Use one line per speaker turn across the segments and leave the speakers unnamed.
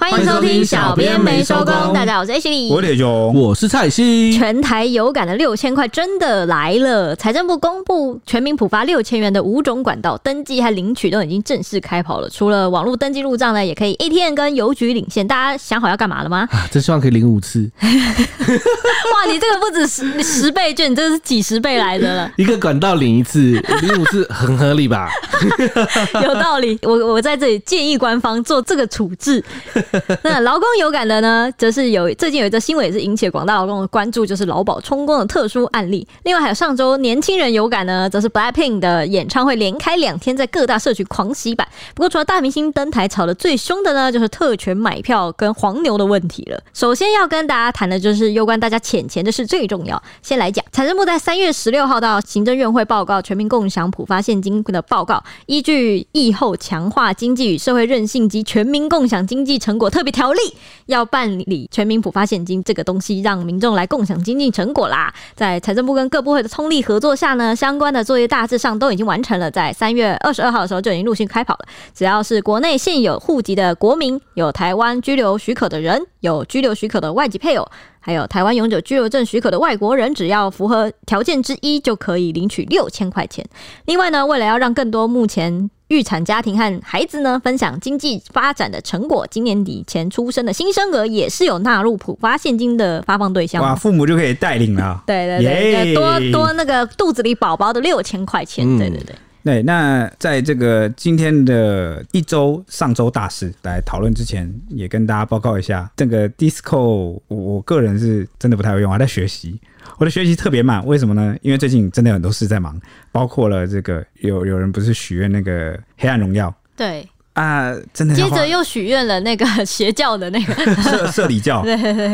欢迎收听《小编没收工》，大家好，我是 H
我
李。
得有，
我是蔡西，
全台有感的六千块真的来了！财政部公布全民普发六千元的五种管道，登记和领取都已经正式开跑了。除了网络登记入账呢，也可以 ATM 跟邮局领现。大家想好要干嘛了 吗？
啊真希望可以领五次，
哇，你这个不止十十倍券，你这是几十倍来的了。
一个管道领一次， 领五次很合理吧？
有道理，我我在这里建议官方做这个处置。那劳工有感的呢，则是有最近有一则新闻也是引起了广大劳工的关注，就是劳保充公的特殊案例。另外还有上周年轻人有感呢，则是 BLACKPINK 的演唱会连开两天在各大社区狂洗版。不过除了大明星登台吵得最凶的呢，就是特权买票跟黄牛的问题了。首先要跟大家谈的就是攸关大家钱钱的事最重要。先来讲，财政部在三月十六号到行政院会报告全民共享普发现金的报告，依据疫后强化经济与社会韧性及全民共享经济成果特别条例，要办理全民普发现金这个东西，让民众来共享经济成果啦。在财政部跟各部会的通力合作下呢，相关的作业大致上都已经完成了，在三月二十二号的时候就已经陆续开跑了。只要是国内现有户籍的国民，有台湾居留许可的人，有居留许可的外籍配偶，还有台湾永久居留证许可的外国人，只要符合条件之一，就可以领取六千块钱。另外呢，为了要让更多目前预产家庭和孩子呢分享经济发展的成果，今年底前出生的新生儿也是有纳入普发现金的发放对象
哇，
哦。
父母就可以带领了。
对对对，
耶
多多那个肚子里宝宝的六千块钱，
嗯
对对对，
对，那在这个今天的一周上周大事来讨论之前，也跟大家报告一下，这个 Disco 我我个人是真的不太会用，还在学习。我的学习特别慢，为什么呢？因为最近真的有很多事在忙，包括了这个有有人不是许愿那个《黑暗荣耀》
对，
啊，真的要
接
花
着又许愿了那个邪教的那个，
社 社里教，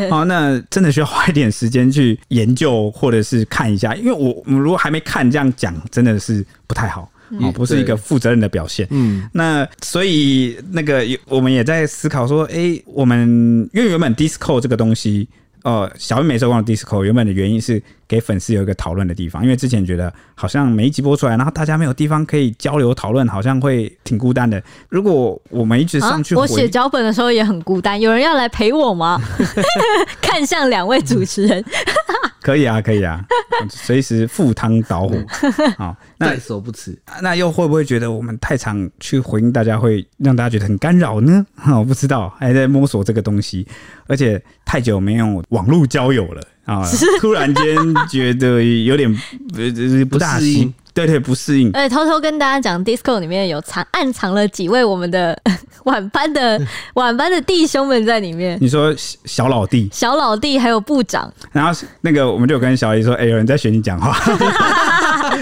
好、那真的需要花一点时间去研究或者是看一下，因为我我们如果还没看，这样讲真的是不太好，
嗯
哦，不是一个负责任的表现。
嗯，
那所以那个有我们也在思考说，诶，我们因为原本 disco 这个东西，呃，小玉没收光的 disco 原本的原因是给粉丝有一个讨论的地方，因为之前觉得好像每一集播出来，然后大家没有地方可以交流讨论，好像会挺孤单的。如果我们一直上去
啊
回、
我写脚本的时候也很孤单，有人要来陪我 吗？看向两位主持人，
可以啊，可以啊， 随时赴汤蹈火。
嗯
好，那
在所不辞，
那又会不会觉得我们太常去回应大家，会让大家觉得很干扰呢？ 哈，我不知道，还在摸索这个东西，而且太久没用网络交友了 啊，突然间觉得有点呃不大
不适
习
应，
对对，不适应。
哎而且偷偷跟大家讲，Disco 里面有藏暗藏了几位我们的 晚班的晚班的弟兄们在里面，
你说小小老弟，
小老弟还有部长，
然后那个我们就有跟小姨说，哎、有人在学你讲话。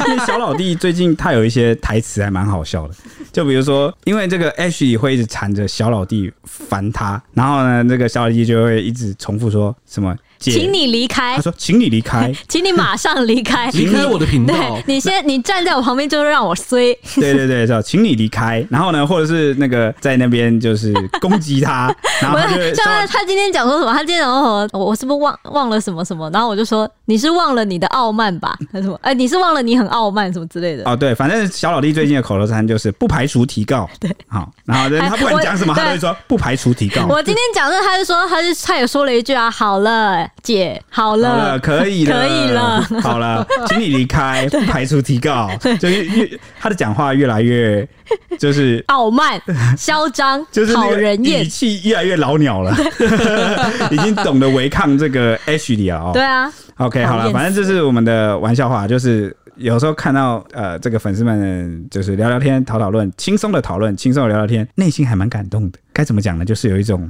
因为小老弟最近他有一些台词还蛮好笑的，就比如说，因为这个 Ashley 会一直缠着小老弟烦他，然后呢，这个小老弟就会一直重复说什么“姐”，
请你离开
他，说“请你 离开
请你马上离 开，
离开我的频道
对，你先，你站在我旁边就让我衰，”，
对对对，叫“请你离开”，然后呢，或者是那个在那边就是攻 击他，然后
我
他就会稍
像
微
他今天讲说什么？他今天讲说什么？我是不是忘忘了什么什么？然后我就说你是忘了你的傲慢吧？还是什么？哎、你是忘了你很傲慢什么之类的。
哦，对，反正小老弟最近的口头禅就是不排除提 告，对，好，然后呢
哎
他不管讲什么，
我
他都会说不排除提告，
我今天讲的，他就说，他就他也说了一句啊，好了，姐，好
好
了，
了，可以了，
可以了，
好了，请你离 开，不排除提告。就是越他的讲话越来越， 就是
傲慢、嚣张、
就是
讨
那个
人厌
语，气越来越老鸟了， 已经懂得违抗这个 H 里了哦。
对啊，
OK，好
讨厌
了，
死
反正这是我们的玩笑话，就是有时候看到呃这个粉丝们就是聊聊天、讨讨论，轻松的讨论，轻松的聊聊天，内心还蛮感动的。该怎么讲呢？就是有一种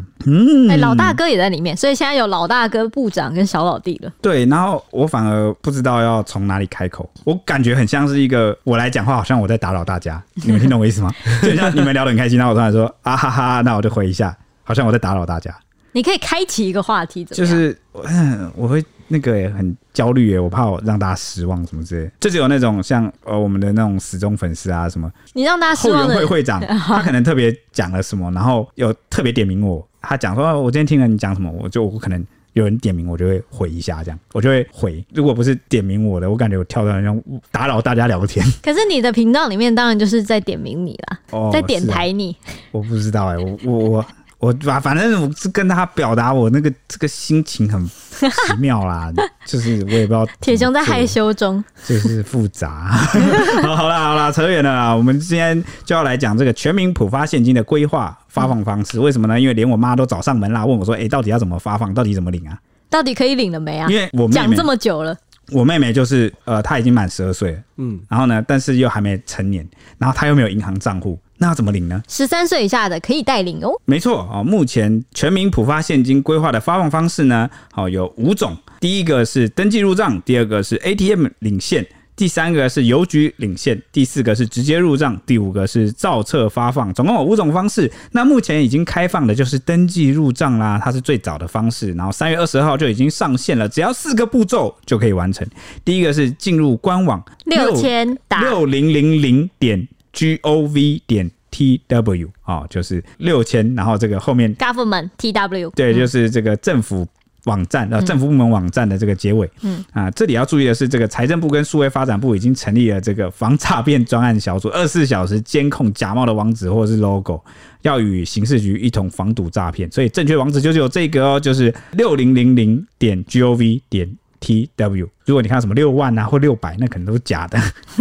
哎、老大哥也在里面，所以现在有老大哥、部长跟小老弟了。
对，然后我反而不知道要从哪里开口，我感觉很像是一个我来讲话，好像我在打扰大家，你们听懂我意思吗？就很像你们聊得很开心，然后我突然说啊哈哈，那我就回一下，好像我在打扰大家，
你可以开启一个话题，怎么
就
样？
是嗯，我会那个耶很焦虑耶，我怕我让大家失望什么之类的，就只有那种像呃我们的那种死忠粉丝啊什么
你让大家失
后
望
援
的
会会长，他可能特别讲了什么，然后有特别点名我，他讲说、啊我今天听了你讲什么，我就我可能有人点名，我就会回一下，这样我就会回。如果不是点名我的，我感觉我跳到那种打扰大家聊天。
可是你的频道里面当然就是在点名你啦，
哦
在点
是啊
台你。
我不知道哎、我我我我反反正我是跟他表达我那个这个心情很奇妙啦，就是我也不知道
铁
怎
熊
么
在害
做
羞中，
就是复杂。 好好啦好啦，扯远了啦。我们今天就要来讲这个全民普发现金的规划发放方式。为什么呢？因为连我妈都找上门啦，问我说：“哎、到底要怎么发放？到底怎么领啊
到底可以领了没？”啊
因？为我妹
讲
妹
这，么久了，
我妹妹就是呃，她已经满十二岁了，
嗯，
然后呢，但是又还没成年，然后她又没有银行账户，那要怎么领呢？
十三岁以下的可以代领哦。
没错啊、哦，目前全民普发现金规划的发放方式呢，好、有五种，第一个是登记入账，第二个是 ATM 领现。第三个是邮局领现，第四个是直接入账，第五个是照册发放，总共有五种方式。那目前已经开放的就是登记入账啦，它是最早的方式，然后三月二十号就已经上线了，只要四个步骤就可以完成。第一个是进入官网
六千打
六零零零点 g o v 点 t w 哦，就是六千，然后这个后面
government TW，
对，就是这个政府。网站呃，政府部门网站的这个结尾，
嗯
啊，这里要注意的是，这个财政部跟数位发展部已经成立了这个防诈骗专案小组，二十四小时监控假冒的网址或者是 logo，要与刑事局一同防堵诈骗。所以正确网址就是有这个哦，就是六零零零点 gov 点 tw。如果你看到什么六万啊或六百，那可能都是假的。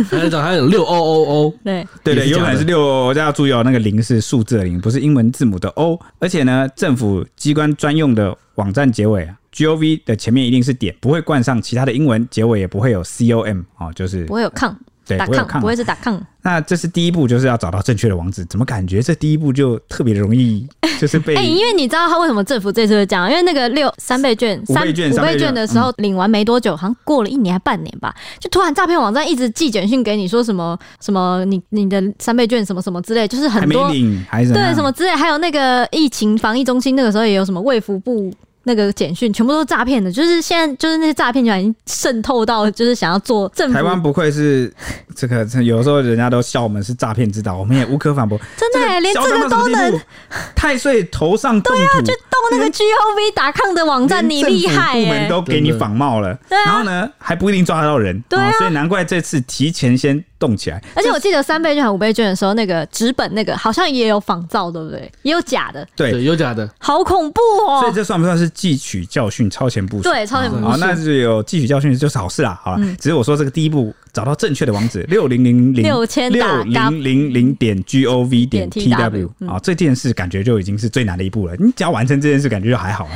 还有一种还有六 O O O，
对，
对
也
对，
是
有可
假
能
的
是六，大家要注意哦，那个零是数字的零，不是英文字母的 O。而且呢，政府机关专用的网站结尾啊，gov 的前面一定是点，不会冠上其他的英文，结尾也不会有 com 哦，就是
不会有抗
对，
打
不会有
抗，
抗
不。会是打抗，
那这是第一步，就是要找到正确的网址。怎么感觉这第一步就特别 容易，就是被
哎、因为你知道他为什么政府这次会这样？因为那个六三倍券、
五
三
倍券
五
三倍
倍券
券嗯
的时候领完没多久，好像过了一年还半年吧，就突然诈骗网站一直寄简讯给你说什么什么你你的三倍券什么什么之类，就是
还
很
没
多
领啊还是怎
对
样
什么之类，还有那个疫情防疫中心那个时候也有什么卫福部。那个简讯全部都是诈骗的，就是现在就是那些诈骗集团已经渗透到，就是想要做政府
台湾不愧是这个， 这有时候人家都笑我们是诈骗之岛，我们也无可反驳。
真的、欸、连这
嚣张
个
到
都
什么地
能啊
步，太岁头上动土，
就动那个 GOV 打抗的网站，
连
你
政
厉
府
害
部门
耶、
都给你仿冒了，
对啊
然后呢还不一定抓得到人，
对啊
哦所以难怪这次提前先动起来。
而且我记得三倍券和五倍券的时候，那个纸本那个好像也有仿造，对不对？也有假的，
对，
对，有假的，
好恐怖
所以啊
哦！
这算不算是汲取教训、超前部署？
对嗯超前部署
好，那就有汲取教训就是好事啦。好了，只是我说这个第一步找到正确的网址六零零零
6000
六
打
零零零点 g o v 点 t w
嗯
啊，这件事感觉就已经是最难的一步了。你只要完成这件事，感觉就还好 了。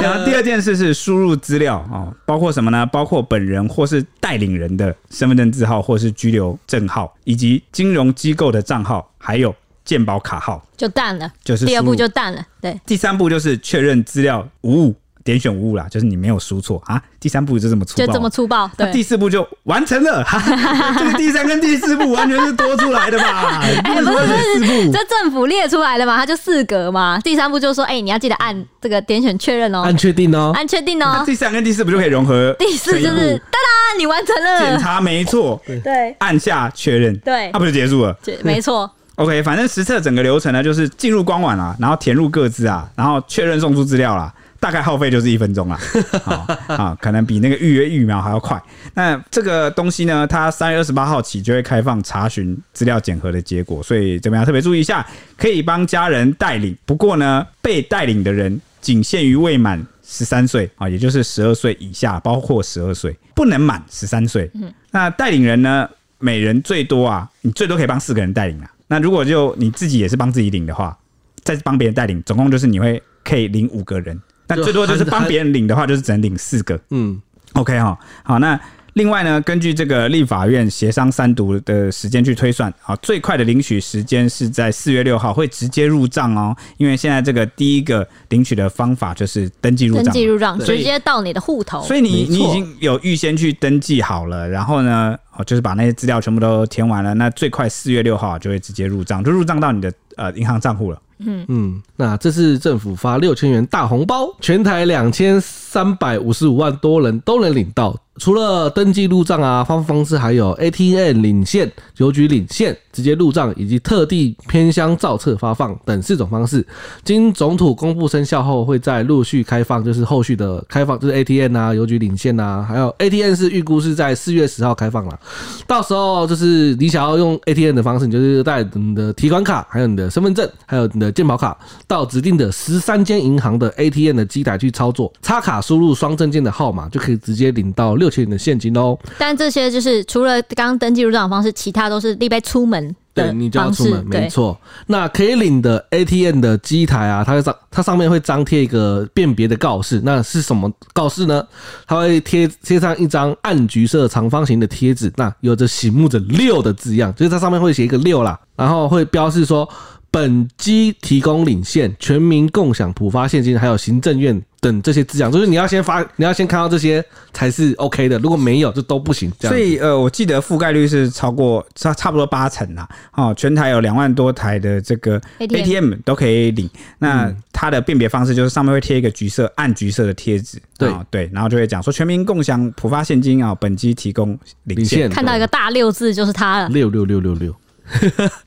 然后第二件事是输入资料啊、哦，包括什么呢？包括本人或是带领人的身份证字号或是居留证号，以及金融机构的账号，还有健保卡号。
就淡了，
就是
第二
输
步
入
就淡了，对，
第三步就是确认资料无误，点选无误啦，就是你没有输错啊。第三步就这么粗暴
就
啊，
这么粗暴，
那第
对。
四步就完成了， 哈哈这个第三跟第四步完全是多出来的 吧？为什
哎不
么
是
会
不
有四
是，
步？
这政府列出来的嘛，它就四格嘛。第三步就说，哎、你要记得按这个点选确认哦，
按确定哦，
按确定哦
那。第三跟第四不就可以融合？
第四就是哒哒，你完成
检
了，
查没错，
对
按下确认，啊
对
那、不就结束了？
对，没错，
OK，反正实测整个流程呢，就是进入官网啊，然后填入各自啊，然后确认送出资料啦，大概耗费就是一分钟啦，啊、啊，可能比那个预约疫苗还要快。那这个东西呢，它三月二十八号起就会开放查询资料检核的结果，所以怎么样特别注意一下，可以帮家人代领，不过呢，被代领的人仅限于未满十三岁啊，也就是十二岁以下，包括十二岁，不能满十三岁。嗯，那带领人呢，每人最多啊，你最多可以帮四个人带领啊。那如果就你自己也是帮自己领的话，再帮别人带领，总共就是你会可以领五个人。那
就
最多就是
含
帮别人领的话，就是只能领四个。
嗯，
OK 哈，好，那另外呢，根据这个立法院协商三读的时间去推算，啊，最快的领取时间是在四月六号，会直接入账哦，因为现在这个第一个领取的方法就是登记入账
登
嘛，
记入账，
对
直接到你的户头。
所以
没
你你
错
已经有预先去登记好了，然后呢，哦，就是把那些资料全部都填完了，那最快四月六号就会直接入账，就入账到你的呃银行账户了。
嗯，那这次政府发六千元大红包，全台两千三百五十五万多人都能领到。除了登记入账啊，发放方式还有 ATM 领现、邮局领现、直接入账以及特地偏乡造册发放等四种方式。经总统公布生效后，会再陆续开放，就是后续的开放，就是 ATM 啊、邮局领现啊，还有 ATM 是预估是在四月十号开放啦。到时候就是你想要用 ATM 的方式，你就是带你的提款卡、还有你的身份证、还有你的健保卡，到指定的十三间银行的 ATM 的机台去操作，插卡输入双证件的号码，就可以直接领到六千元的现金哦。
但这些就是除了刚刚登记入账的方式，其他都是立贝出门
对
的
你就要
方
出
式
门，，没
对，
错。那可以领的 ATM 的机台啊，它会上它上面会张贴一个辨别的告示，那是什么告示呢？它会贴贴上一张暗橘色长方形的贴纸，那有着醒目的“六”的字样，就是它上面会写一个“六”啦，然后会标示说本机提供领现、全民共享普发现金，还有行政院等这些字样，就是你要先发，你要先看到这些才是 OK 的，如果没有就都不行。这样
所
子
以呃，我记得覆盖率是超过差差不多八成啦。哦，全台有两万多台的这个
ATM
ATM 都可以领。那
嗯
它的辨别方式就是上面会贴一个橘色、暗橘色的贴纸，
对
哦对，然后就会讲说全民共享普发现金啊、本机提供领
领
现。
现
看到一个大六字就是它了。
六六六六六。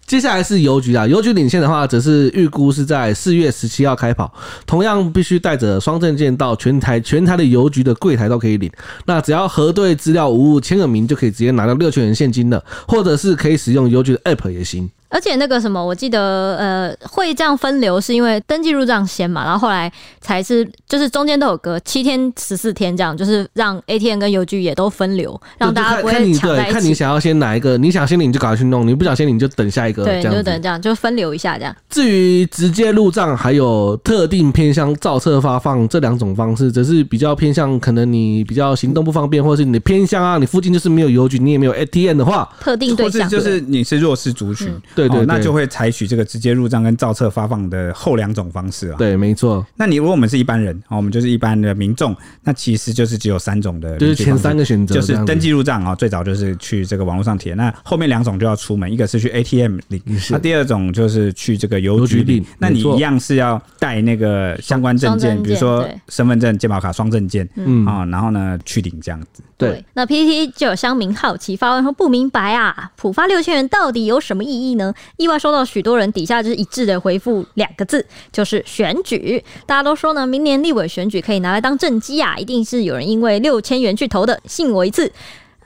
接下来是邮局啊，邮局领现的话，则是预估是在四月十七号开跑，同样必须带着双证件到全台全台的邮局的柜台都可以领。那只要核对资料无误，签个名就可以直接拿到六千元现金了，或者是可以使用邮局的 app 也行。
而且那个什么，我记得呃，会这样分流是因为登记入账先嘛，然后后来才是就是中间都有隔七天、十四天这样，就是让 ATM 跟邮局也都分流，让大家
就
不
看看
会
你
抢
对，
在
看
一
你
起。
想要先哪一个，你想先领就赶快去弄，你不想先领就等下一个，
对，
这
你就
样
等
子。
这样，就分流一下这样。
至于直接入账还有特定偏向照册发放这两种方式，则是比较偏向可能你比较行动不方便，或者是你的偏向啊，你附近就是没有邮局，你也没有 ATM 的话，
特定
或
对
是
象，
就是你是弱势族群，
嗯对对
哦那
对
就会采取这个直接入账跟照册发放的后两种方式啊。
对，没错，
那你如果我们是一般人，哦，我们就是一般的民众，那其实就是只有三种的，
就是前三个选择，
就是
这样子
登记入账啊，最早就是去这个网络上填，那后面两种就要出门，一个是去 ATM 领，
是
那第二种就是去这个邮
邮
局
局领
领。那你
没错
一样是要带那个相关证
双
件，
证件
比如说
对
身份证、健保卡、双证件
嗯，
啊，然后呢去领这样子。
对。，
那 PPT 就有乡民好奇发问说不明白啊，普发六千元到底有什么意义呢？意外收到许多人底下就是一致的回复两个字，就是选举。大家都说呢，明年立委选举可以拿来当政绩啊，一定是有人因为六千元去投的，信我一次。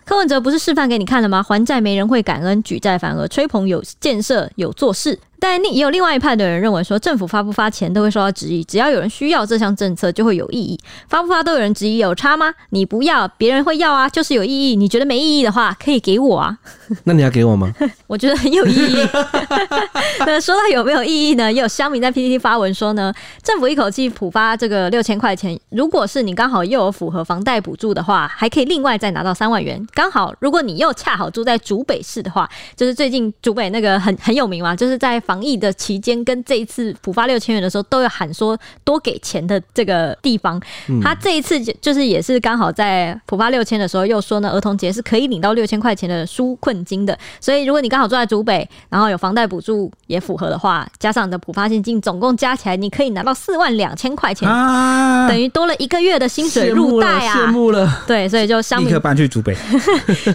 柯文哲不是示范给你看了吗？还债没人会感恩，举债反而吹捧有建设有做事。但另也有另外一派的人认为说，政府发不发钱都会受到质疑，只要有人需要这项政策就会有意义。发不发都有人质疑，有差吗？你不要，别人会要啊，就是有意义。你觉得没意义的话，可以给我啊，
那你要给我吗？
我觉得很有意义。 那说到有没有意义呢？也有乡民在 PPT 发文说呢，政府一口气普发这个六千块钱，如果是你刚好又有符合房贷补助的话，还可以另外再拿到三万元。刚好如果你又恰好住在竹北市的话，就是最近竹北那个很很有名嘛，就是在防疫的期间跟这一次普发六千元的时候，都有喊说多给钱的这个地方，
嗯
他这一次就就是也是刚好在普发六千的时候，又说呢，儿童节是可以领到六千块钱的纾困金的。所以如果你刚好住在竹北，然后有房贷补助也符合的话，加上你的普发现金，总共加起来你可以拿到四万两千块钱，
啊
等于多了一个月的薪水
羡慕
入
了
袋
羡
啊。
慕了。
对，所以就乡
立
民
刻搬去竹北，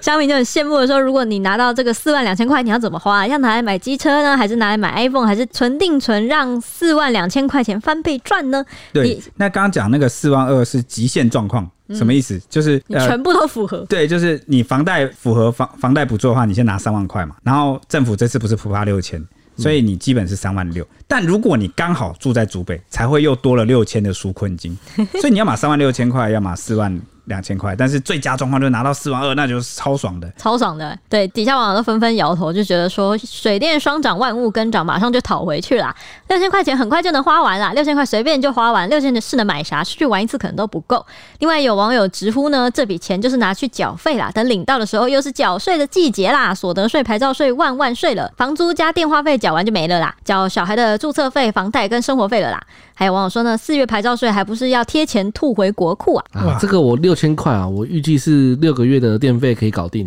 乡民就很羡慕的说，如果你拿到这个四万两千块，你要怎么花？要拿来买机车呢，还是拿来买 iPhone，还是存定存让四万两千块钱翻倍赚呢？
对
你，嗯
那刚刚讲那个四万二是极限状况，什么意思？就是
你
呃
全部都符合。
对，就是你房贷符合房房贷补助的话，你先拿三万块嘛。然后政府这次不是普发六千，所以你基本是三万六。但如果你刚好住在竹北，才会又多了六千的纾困金，所以你要嘛三万六千块，要嘛四万两千块。但是最佳状况就拿到四万二，那就是超爽的。
超爽的，对，底下网友都纷纷摇头，就觉得说水电双涨，万物跟涨，马上就讨回去啦。六千块钱很快就能花完啦，六千块随便就花完，六千的是能买啥？出去玩一次可能都不够。另外有网友直呼呢，这笔钱就是拿去缴费啦，等领到的时候又是缴税的季节啦，所得税、牌照税万万税了，房租加电话费缴完就没了啦，缴小孩的注册费、房贷跟生活费了啦。还有网友说呢，四月牌照税还不是要贴钱吐回国库啊？
啊，这个我六千块啊，我预计是六个月的电费可以搞定。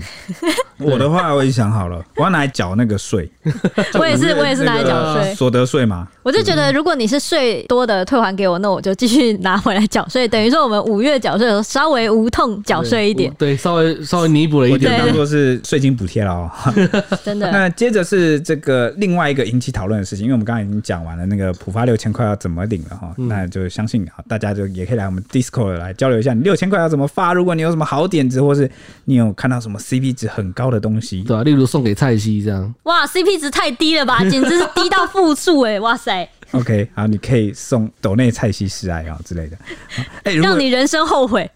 我的话我已经想好了，我要拿来缴那个税。
我也是，
就
我也是拿来缴
那
税
个。所得税嘛。
我就觉
嗯
得，如果你是税多的退还给我，那我就继续拿回来缴 税。等于说，我们五月缴税的时候稍微无痛缴税一 点，
对，稍微稍微弥补了一
我就
点。啊
当做是税金补贴了哦。
真的。
那接着是这个另外一个引起讨论的事情，因为我们刚刚已经讲完了那个普发
嗯
六千块要怎么领了哈，那就相信啊大家就也可以来我们 Discord 来交流一下，你六千块要怎么么发，如果你有什么好点子，或是你有看到什么 CP 值很高的东
嗯
西，
对啊，例如送给蔡西这样，
哇，CP 值太低了吧， 简直是低到负数哎！哇塞，
OK，好，你可以送斗内菜系示爱啊、之类的。好哎、如
让
果
你人生后 悔。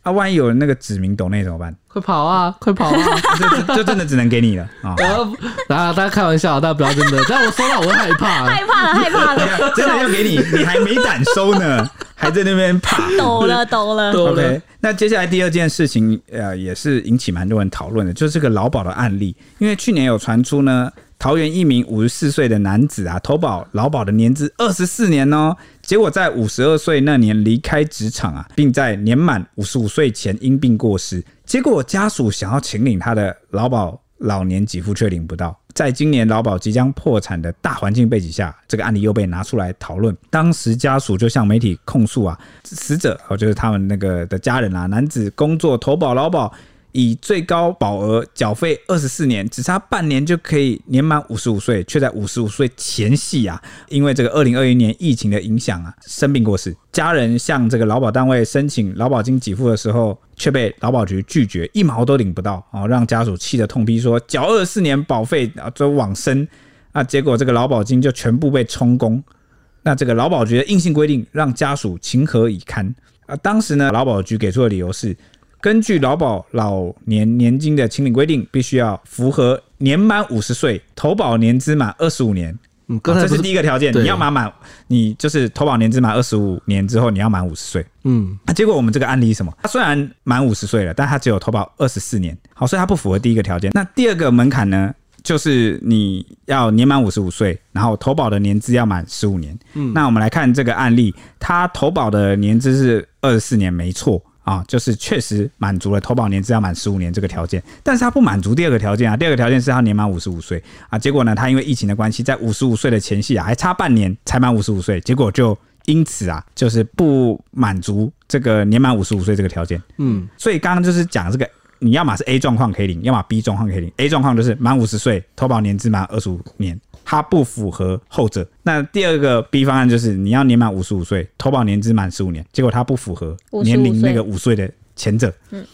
啊，万一有人那个指名斗内怎么办？
快跑啊，快跑啊！
这这就真的只能给你了 啊！
然后，啊， 大家开玩笑，大家不要真的。但我收到我会害怕、啊
害怕了，害怕 了，
真的要给你，你还没胆收呢，还在那边怕。
抖了，抖了。
对不对
OK，那接下来第二件事情，呃，也是引起蛮多人讨论的，就是这个劳保的案例，因为去年有传出呢，桃园一名五十四岁的男子啊，投保劳保的年资二十四年哦，结果在五十二岁那年离开职场啊，并在年满五十五岁前因病过世，结果家属想要请领他的劳保老年给付却领不到。在今年劳保即将破产的大环境背景下，这个案例又被拿出来讨论。当时家属就向媒体控诉啊，死者哦就是他们那个的家人啊，男子工作投保劳保。以最高保额缴费二十四年，只差半年就可以年满五十五岁，却在五十五岁前夕啊，因为这个二零二一年疫情的影响啊，生病过世。家人向这个劳保单位申请劳保金给付的时候，却被劳保局拒绝，一毛都领不到哦，让家属气得痛批说缴二十四年保费啊，这往生啊，结果这个劳保金就全部被充公。那这个劳保局的硬性规定，让家属情何以堪啊？当时呢，劳保局给出的理由是，根据劳保老年年金的请领规定，必须要符合年满五十岁，投保年资满二十五年。
嗯，刚
啊
才
这
不
是第一个条件，
对
你要满满，你就是投保年资满二十五年之后，你要满五十岁。
嗯，
啊，结果我们这个案例是什么？他虽然满五十岁了，但他只有投保二十四年，好，所以他不符合第一个条件。那第二个门槛呢，就是你要年满五十五岁，然后投保的年资要满十五年。嗯，那我们来看这个案例，他投保的年资是二十四年，没错。啊，就是确实满足了投保年资要满十五年这个条件，但是他不满足第二个条件啊。第二个条件是他年满五十五岁啊，结果呢，他因为疫情的关系，在五十五岁的前夕啊，还差半年才满五十五岁，结果就因此啊，就是不满足这个年满五十五岁这个条件。
嗯，
所以刚刚就是讲这个，你要么是 A 状况可以领，要么 B 状况可以领。A 状况就是满五十岁，投保年资满二十五年，它不符合后者。那第二个 B 方案就是你要年满五十五岁，投保年资满十五年，结果它不符合年龄那个五岁的前者。嗯。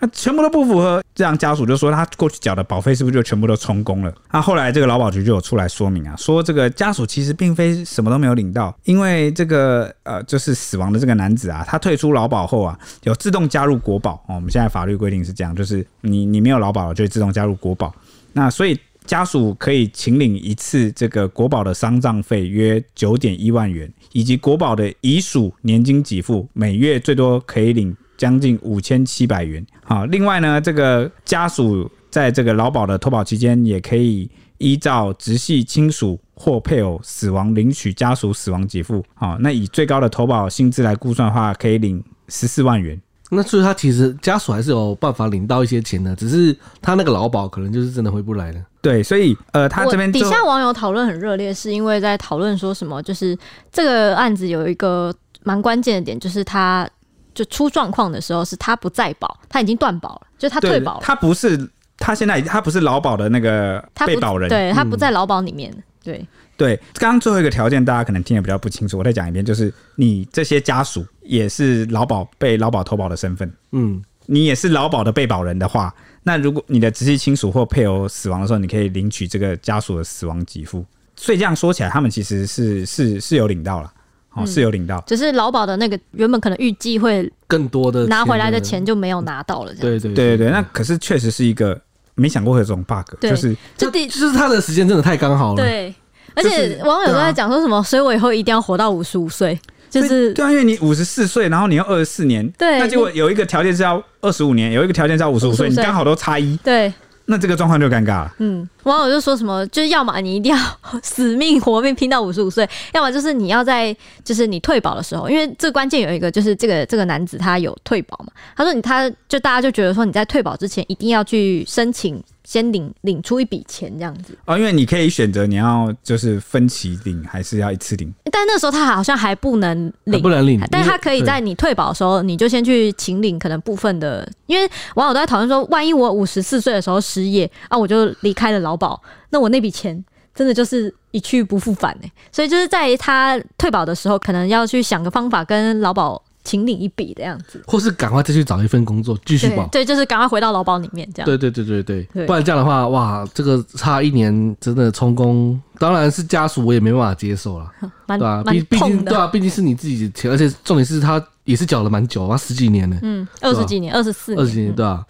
那全部都不符合，这样家属就说他过去缴的保费是不是就全部都充公了？那后来这个劳保局就有出来说明啊，说这个家属其实并非什么都没有领到，因为这个呃就是死亡的这个男子啊，他退出劳保后啊，有自动加入国保哦。我们现在法律规定是这样，就是你你没有劳保了，就会自动加入国保。哦那所以家属可以请领一次这个国保的丧葬费约九点一万元，以及国保的遗属年金给付，每月最多可以领将近五千七百元。好，另外呢，这个家属在这个劳保的投保期间，也可以依照直系亲属或配偶死亡领取家属死亡给付。好，那以最高的投保薪资来估算的话，可以领十四万元。
那所以他其实家属还是有办法领到一些钱的，只是他那个劳保可能就是真的回不来了。
对，所以呃，他
我
这边
底
就
下网友讨论很热烈，是因为在讨论说什么，就是这个案子有一个蛮关键的点，就是他就出状况的时候是他不在保，他已经断保了，就是他
对
退保了，
他不是他现在他不是劳保的那个
他不
被保人，
对他不在劳保里面，对，
对，刚刚最后一个条件大家可能听得比较不清楚，我再讲一遍，就是你这些家属也是劳保被劳保投保的身份，
嗯，
你也是劳保的被保人的话，那如果你的直系亲属或配偶死亡的时候，你可以领取这个家属的死亡给付。所以这样说起来，他们其实是是是有领到了，
嗯
哦，是有领到。
只是劳保的那个原本可能预计会
更多的
拿回来的
呢，
钱就没有拿到了，这样。
对对
对对对，那可是确实是一个没想过会有这种 bug，
对
就是
就
就
第
就是他的时间真的太刚好了。，
对，而
就是
且网友都
对啊
在讲说什么，所以我以后一定要活到五十五岁，就
所以
是
对啊，因为你五十四岁，然后你要二十四年，
对
那结果有一个条件是要二十五年，有一个条件是要五十五岁，
55岁
你刚好都差一，
对，
那这个状况就尴尬了。
嗯，网友就说什么，就是要么你一定要死命活命拼到五十五岁，要么就是你要在就是你退保的时候，因为这关键有一个就是这个这个男子他有退保嘛，他说你他就大家就觉得说你在退保之前一定要去申请。先领领出一笔钱这样子，
哦，因为你可以选择你要就是分期领，还是要一次领。
但那时候他好像还不能领，
不能领，
但他可以在你退保的时候，你就先去请领可能部分的，因为网友都在讨论说，万一我五十四岁的时候失业啊，我就离开了劳保，那我那笔钱真的就是一欸 去不复返哎、所以就是在他退保的时候，可能要去想个方法跟劳保请领一笔的样子。
或是赶快再去找一份工作继续
对
保。
对，就是赶快回到劳保里面这样。
对对对对对，
对
不然这样的话，哇，这个差一年真的充公，当然是家属我也没办法接受了，
蛮
对吧、
蛮
毕毕
痛
竟对
的，
啊，毕竟是你自己的钱，而且重点是他也是缴了蛮久啊，十几年呢、
嗯，二十几年，二十四
二十几
年嗯
年，，对啊。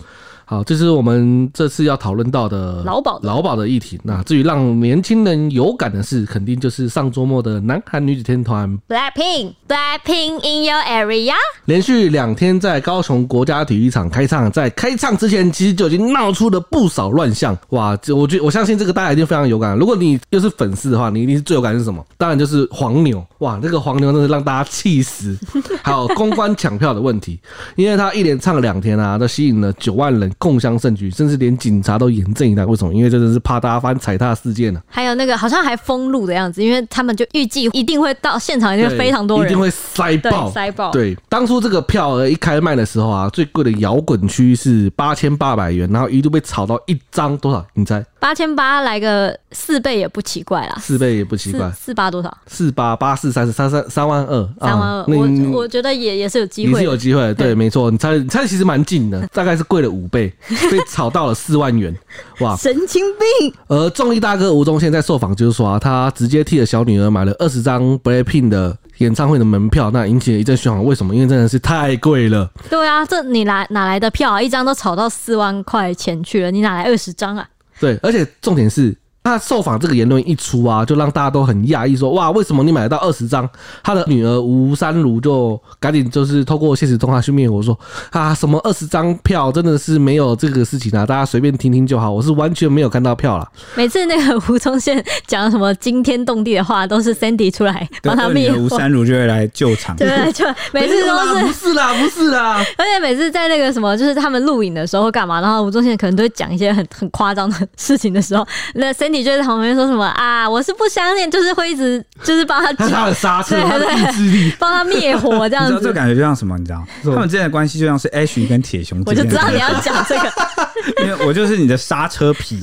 好，这是我们这次要讨论到的
劳保的
劳保的议题。那至于让年轻人有感的事，肯定就是上周末的南韩女子天团
Blackpink, Blackpink in your area。
连续两天在高雄国家体育场开唱，在开唱之前，其实就已经闹出了不少乱象。哇，这我觉我相信这个大家一定非常有感。如果你又是粉丝的话，你一定是最有感是什么？当然就是黄牛。哇，那个黄牛真的让大家气死。 还有公关抢票的问题，因为他一连唱两天啊，都吸引了九万人共襄盛举，甚至连警察都严阵以待。为什么？因为真的是怕大家发生踩踏事件啊。
还有那个好像还封路的样子，因为他们就预计一定会到现场，一定会
对
非常多人，
一定会塞爆，
对塞爆
对，当初这个票一开卖的时候啊，最贵的摇滚区是八千八百元，然后一度被炒到一张多少？你猜？
八千八来个四倍也不奇怪啦，
四倍也不奇怪
四，四八多少？
四八八四三十三三三万二，
三万二
啊，那你
我我觉得也也是有机
你
会
是
的。
有机会，对，没错，你猜你猜其实蛮 近的，大概是贵了五倍，被炒到了四万元，哇！
神经病，
而综艺大哥吴宗宪在受访就是说啊，他直接替了小女儿买了二十张 BLACKPINK 的演唱会的门票，那引起了一阵喧哗。为什么？因为真的是太贵了。
对啊，这你哪哪来的票啊？一张都炒到四万块钱去了，你哪来二十张啊？
对，而且重点是，他受访这个言论一出啊，就让大家都很讶异，说哇，为什么你买得到二十张？他的女儿吴三如就赶紧就是透过现实动态去灭火说啊，什么二十张票真的是没有这个事情啊，大家随便听听就好，我是完全没有看到票啦。
每次那个吴宗宪讲什么惊天动地的话，都是 Sandy 出来
对，
帮他
二
灭
女儿吴
火。
三如就会来救场。
对， 就每次都
没有啦
是
哎不是啦，不 是啦，
而且每次在那个什么，就是他们录影的时候干嘛，然后吴宗宪可能都会讲一些很很夸张的事情的时候，那 Cindy 就会在旁边说什么啊，我是不相信，就是会一直就是帮他
他 是他的刹车，
对
他的
对。
意志力
帮他灭火这
你
样
知道这
子
个。感觉就像什么？你知道，
什么
他们之间的关系就像是 Ash 跟铁熊
我
之
就
间的
知道
关
你
系，
要讲这 个
因为我就是你的刹车皮，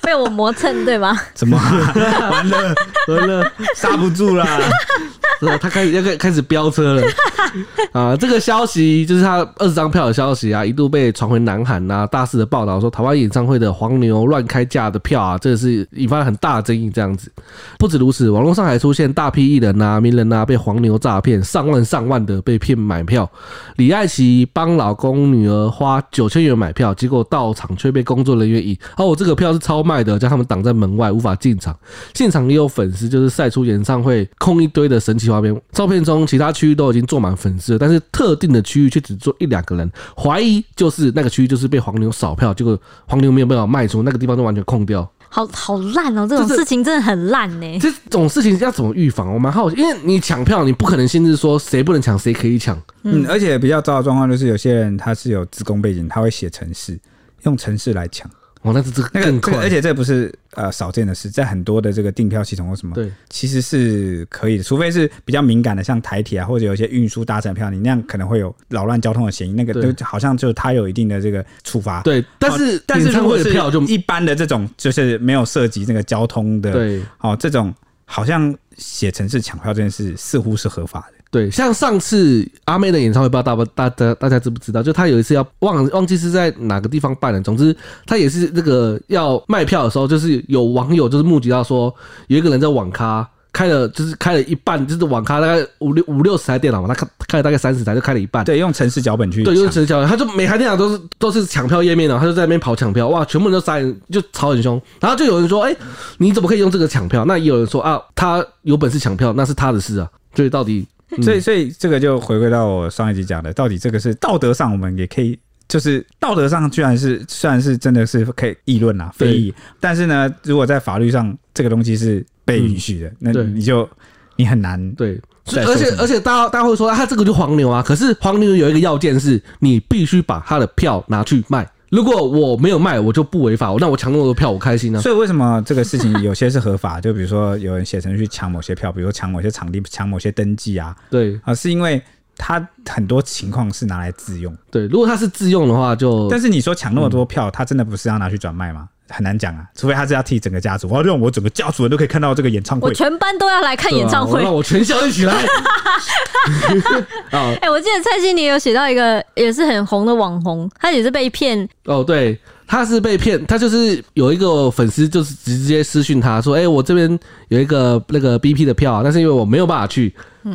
被我磨蹭，对吗？
怎么啊完了
完了，
刹不住啦？
是啊他开始要开开始飙车了啊！这个消息就是他二十张票的消息啊，一度被传回南韩啊，大肆的报道说台湾演唱会的黄牛乱开价的票啊，这个是引发了很大的争议。这样子，不止如此，网络上还出现大批艺人啊、名人啊被黄牛诈骗，上万上万的被骗买票。李艾琪帮老公女儿花九千元买票，结果到场却被工作人员以“哦，我这个票是超卖的”将他们挡在门外，无法进场。现场也有粉丝就是晒出演唱会空一堆的神奇画面，照片中其他区域都已经坐满粉丝了，但是特定的区域却只坐一两个人，怀疑就是那个区域就是被黄牛扫票，结果黄牛没有办法卖出，那个地方就完全空掉。
好好烂哦，这种
就是
事情真的很烂
哎
呢。
这种事情要怎么预防？我蛮好奇，因为你抢票，你不可能限制说谁不能抢，谁可以抢。
嗯，而且比较糟的状况就是，有些人他是有自工背景，他会写程式，用程式来抢。
哇，哦那是这个
那个
更
这个，
快，
而且这不是呃少见的事，在很多的这个订票系统或什么，
对
其实是可以的，除非是比较敏感的，像台铁啊，或者有一些运输搭乘票，你那样可能会有扰乱交通的嫌疑，那个
对
就好像就它有一定的这个处罚。哦，
对，但是
但是
演唱
如果
会的
是
票就
一般的这种，就是没有涉及那个交通的，
对
哦，这种好像写城市抢票这件事似乎是合法的，
对，像上次阿妹的演唱会，不知道大不大家大家知不知道？就她有一次要忘忘记是在哪个地方办了，总之她也是这个要卖票的时候，就是有网友就是目击到说有一个人在网咖。开了就是开了一半，就是网咖大概五六五六十台电脑嘛，他开开了大概三十台，就开了一半。
对，用城市脚本去
对，就是陈
抢。
小，他就每台电脑都是都是抢票页面的，他就在那边跑抢票，哇，全部人都杀人，就吵很凶。然后就有人说，哎、你怎么可以用这个抢票？那也有人说啊，他有本事抢票，那是他的事啊。所以到底，嗯
所以，所以这个就回归到我上一集讲的，到底这个是道德上，我们也可以，就是道德上居然是虽然是真的是可以议论啦，
对
非议，但是呢，如果在法律上这个东西是被允许的，那
嗯对
你就你很难
对，所
再
以
说
而且
什么
而且大家大家会说，啊他这个就黄牛啊。可是黄牛有一个要件是，你必须把他的票拿去卖。如果我没有卖，我就不违法。那我抢那么多票，我开心啊。
所以为什么这个事情有些是合法？就比如说有人写程序抢某些票，比如说抢某些场地、抢某些登记啊，
对
啊，是因为它很多情况是拿来自用。
对，如果他是自用的话就，
但是你说抢那么多票，它真的不是要拿去转卖吗？很难讲啊，除非他是要替整个家族，我要让我整个家族人都可以看到这个演唱
我
会。
全班都要来看演唱会。
啊让我全校一 起来。哦
哎、我记得蔡欣妮有写到一个也是很红的网红，她也是被骗，
哦，对，他是被骗，他就是有一个粉丝就是直接私讯他说，哎、我这边有一个那个 BP 的票啊，但是因为我没有办法去，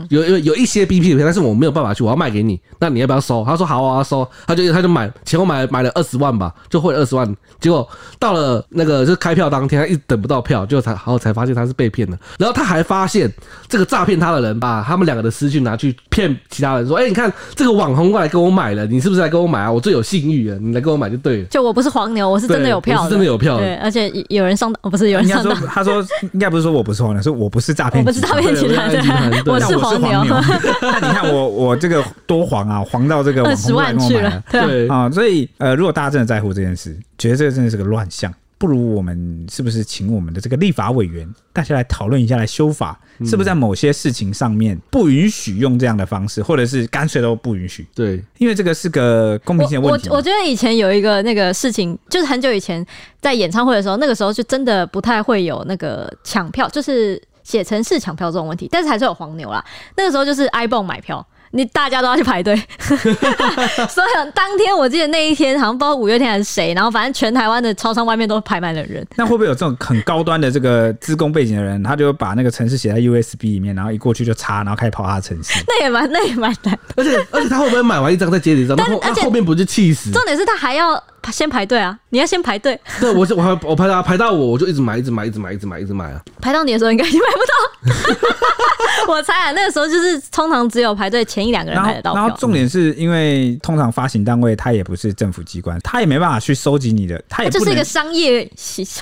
有有有一些 BP 的票，但是我没有办法去，我要卖给你，那你要不要收？他说好啊，我要收，他就他就买，前后买买了二十万吧，就汇了二十万，结果到了那个就是开票当天，他一直等不到票，就才好才发现他是被骗的，然后他还发现这个诈骗他的人把他们两个的私讯拿去骗其他人说，哎、你看这个网红过来跟我买了，你是不是来跟我买啊？我最有信誉了，你来跟我买就对了。
就我不是黄牛，我是真的有票
对我
的，
是真的有票的
对，而且有人上当，哦，不是有人
应该
上
说
当，，
他说应该不是说我不是黄牛，是我不是诈
我
骗
不
集
是诈
团，
骗集团，
对我是诈骗集团对
我
但我
是黄牛，
牛。 那你看我我这个多黄啊，黄到这个网
二十
红来
万
跟我
去
买
了
了，
对啊。
对
啊、所以呃，如果大家真的在乎这件事，觉得这个真的是个乱象，不如我们是不是请我们的这个立法委员，大家来讨论一下，来修法，是不是在某些事情上面不允许用这样的方式，或者是干脆都不允许，
对，
因为这个是个公平
我
性的
我
问题嘛。
我觉得以前有一个那个事情，就是很久以前在演唱会的时候，那个时候就真的不太会有那个抢票，就是写城市抢票这种问题，但是还是有黄牛啦。那个时候就是 iPhone 买票。你大家都要去排队，所以当天我记得那一天好像不知道五月天还是谁，然后反正全台湾的超商外面都排满了人。
那会不会有这种很高端的这个资工背景的人，他就把那个城市写在 USB 里面，然后一过去就插，然后开始跑他的城市？
那也蛮那也蛮难。
而且而且他会不会买完一张再接着一张？那后
而
那
且
后面不就气
嗯
死？
重点是他还要先排队啊，你要先排队，
对，我是我还我排到排到我，我就一直买，一直买，一直买，一直买，一直买啊！
排到你的时候应该已经买不到。 我猜啊，那个时候就是通常只有排队前一两个人
然后
买得，到
然后
票。
重点是因为通常发行单位他也不是政府机关，他也没办法去收集你的，他也
啊就
哎不
是一
能
个商业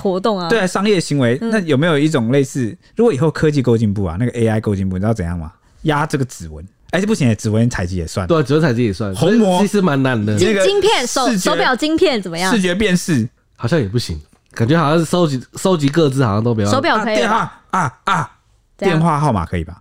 活动啊，
对，啊，商业行为，那有没有一种类似？如果以后科技够进步啊，那个 AI 够进步，你知道怎样吗？压这个指纹，哎、这不行，指纹采集也算，
对啊，只有采集也算
红魔
其实蛮难的，
这
金
个
晶片手
视觉
手表晶片怎么样
视？觉辨识，
好像也不行，感觉好像是收集收集各自好像都比较
手表
啊
可以
电
吧，
话啊啊，
怎样
电话号码可以吧？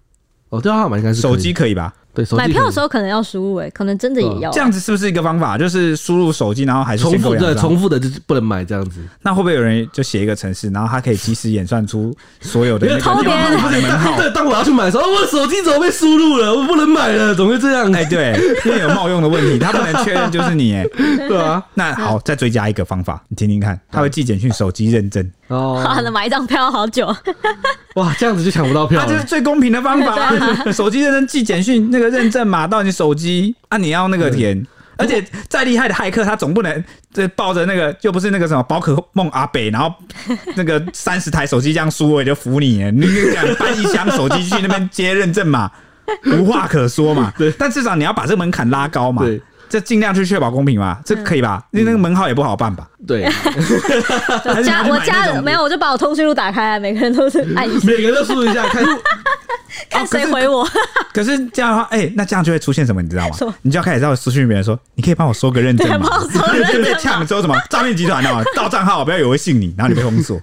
哦，对啊，号码应该是可以
手机可以吧？
对手机
买票的
可以
时候可能要输入哎，可能真的也要啊
这样子是不是一个方法？就是输入手机，然后还是
重
先
复
购
对
两张。
重复的就是不能买这 样子，
那会不会有人就写一个程式，然后他可以及时演算出所有的那个
偷别
电
人
话号码的门 号？
对，当我要去买的时候，哦我的手机怎么被输入了？我不能买了，怎么会这样？
哎，对，因为有冒用的问题，他不能确认就是你。哎，
对啊，
那好，再追加一个方法，你听听看，他会寄简讯手机认证。
哇，
哦，
那买一张票好久，
哇，这样子就抢不到
它
票
啊这是
了。
最公平的方法、 啊。手机认证寄简讯，那个认证码到你手机，啊，你要那个填。
嗯
而且再厉害的骇客，他总不能这抱着那个又不是那个什么宝可梦阿北，然后 那个三十台手机这样输，我也就服你了。你你敢搬一箱手机去那边接认 证码，无话可说嘛。对，但至少你要把这个门槛拉高嘛
对。
这尽量去确保公平嘛，
嗯
这可以吧？因为那个门号也不好办吧？
对，
还是你
加
要去买
我
那
加了
种
没有，我就把我通讯录打开啊，每个人都 是按一下，
每个人都输一下，看
看
可
谁
是
回 我。
可是这样的话，哎、那这样就会出现什么，你知道吗
什么？
你就要开始在私讯别人说，你可以帮我收个认 证
对
吗
帮我？收个认证
就
吗
被呛之后什么诈骗集团哦，盗账号，不要以为信你，然后你被封 锁。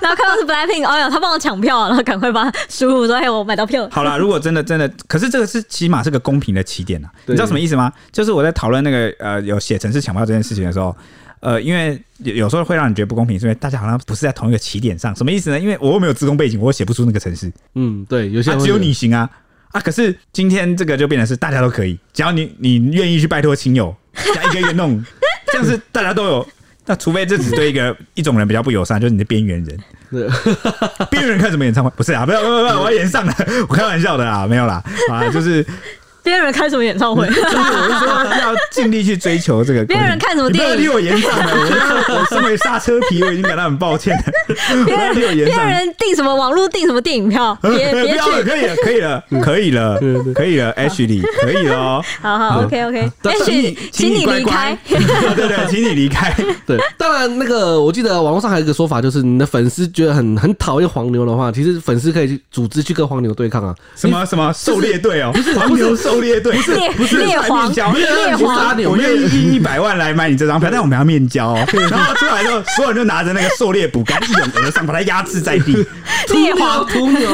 然后看到是 Blackpink，哎呀，他帮我抢票啊，然后赶快帮他输入说，嘿，哎我买到票了。
好啦，如果真的真的，可是这个是起码是个公平的起点啊，你知道什么意思吗？就是我在讨论那个呃有写城市抢票这件事情的时候。呃，因为有有时候会让你觉得不公平，是因为大家好像不是在同一个起点上。什么意思呢？因为我又没有自工背景，我又写不出那个城市，
嗯，对，有些
啊
人，会
只有你行啊啊！可是今天这个就变成是大家都可以，只要你你愿意去拜托亲友，这样一个一 个弄，这样是大家都有。那除非这只对一个一种人比较不友善，就是你的边缘 人。
对
边缘人看什么演唱会？不是啊，不要不要不要，我要演上了， 我开玩笑的啦，没有啦啊，就是
别人开什么演唱会？
就是我是说要尽力去追求这 个。
边缘人看什么
你不
电
要
影
离我演上 了，我我身为刹车皮，我已经感到很抱歉了。 不
别
要离我
人
演
别
上。
人订什么网络订什么电影票？别
不
别
要了，
去，
可以了，可以了，可以了，可以了 ，H 里可以了哦。
好好，OK OK，
但
也
是
许请你离开。
请你乖乖 对对对，请你离开。
对，当然那个我记得网络上还有一个说法，就是你的粉丝觉得很很讨厌黄牛的话，其实粉丝可以去组织去跟黄牛对抗啊，
什么什么狩猎队哦，黄牛狩猎队，不是
猎
不是
猎
还
黄
面交，
不是猎黄
杀牛
啊我愿意一一百万来买你这张票，但我们要面交 哦。然后出来之后，所有人就拿着那个狩猎补杆一涌而上，把它压制 在地。
猎黄
屠牛。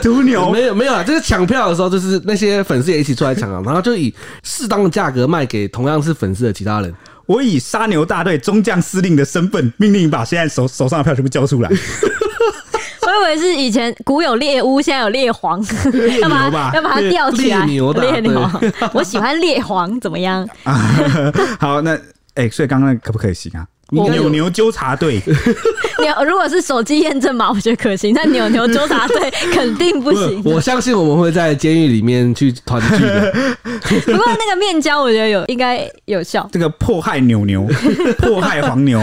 毒牛
没有没有啊，就是抢票的时候，就是那些粉丝也一起出来抢啊，然后就以适当的价格卖给同样是粉丝的其他人。
我以杀牛大队中将司令的身份，命令你把现在手手上的票全部交出来。
我以为是以前古有猎巫，现在有猎皇，要把
牛吧
它要把它吊起来。
猎牛的
猎牛
对
我喜欢猎皇，怎么样？
好，那哎、所以刚刚那个可不可以行啊？
我
扭牛纠察队，
牛如果是手机验证码，我觉得可行，但扭牛纠察队肯定不行。
我相信我们会在监狱里面去团聚 的。
不过那个面交，我觉得有应该有效。
这个迫害扭 牛，迫害黄牛，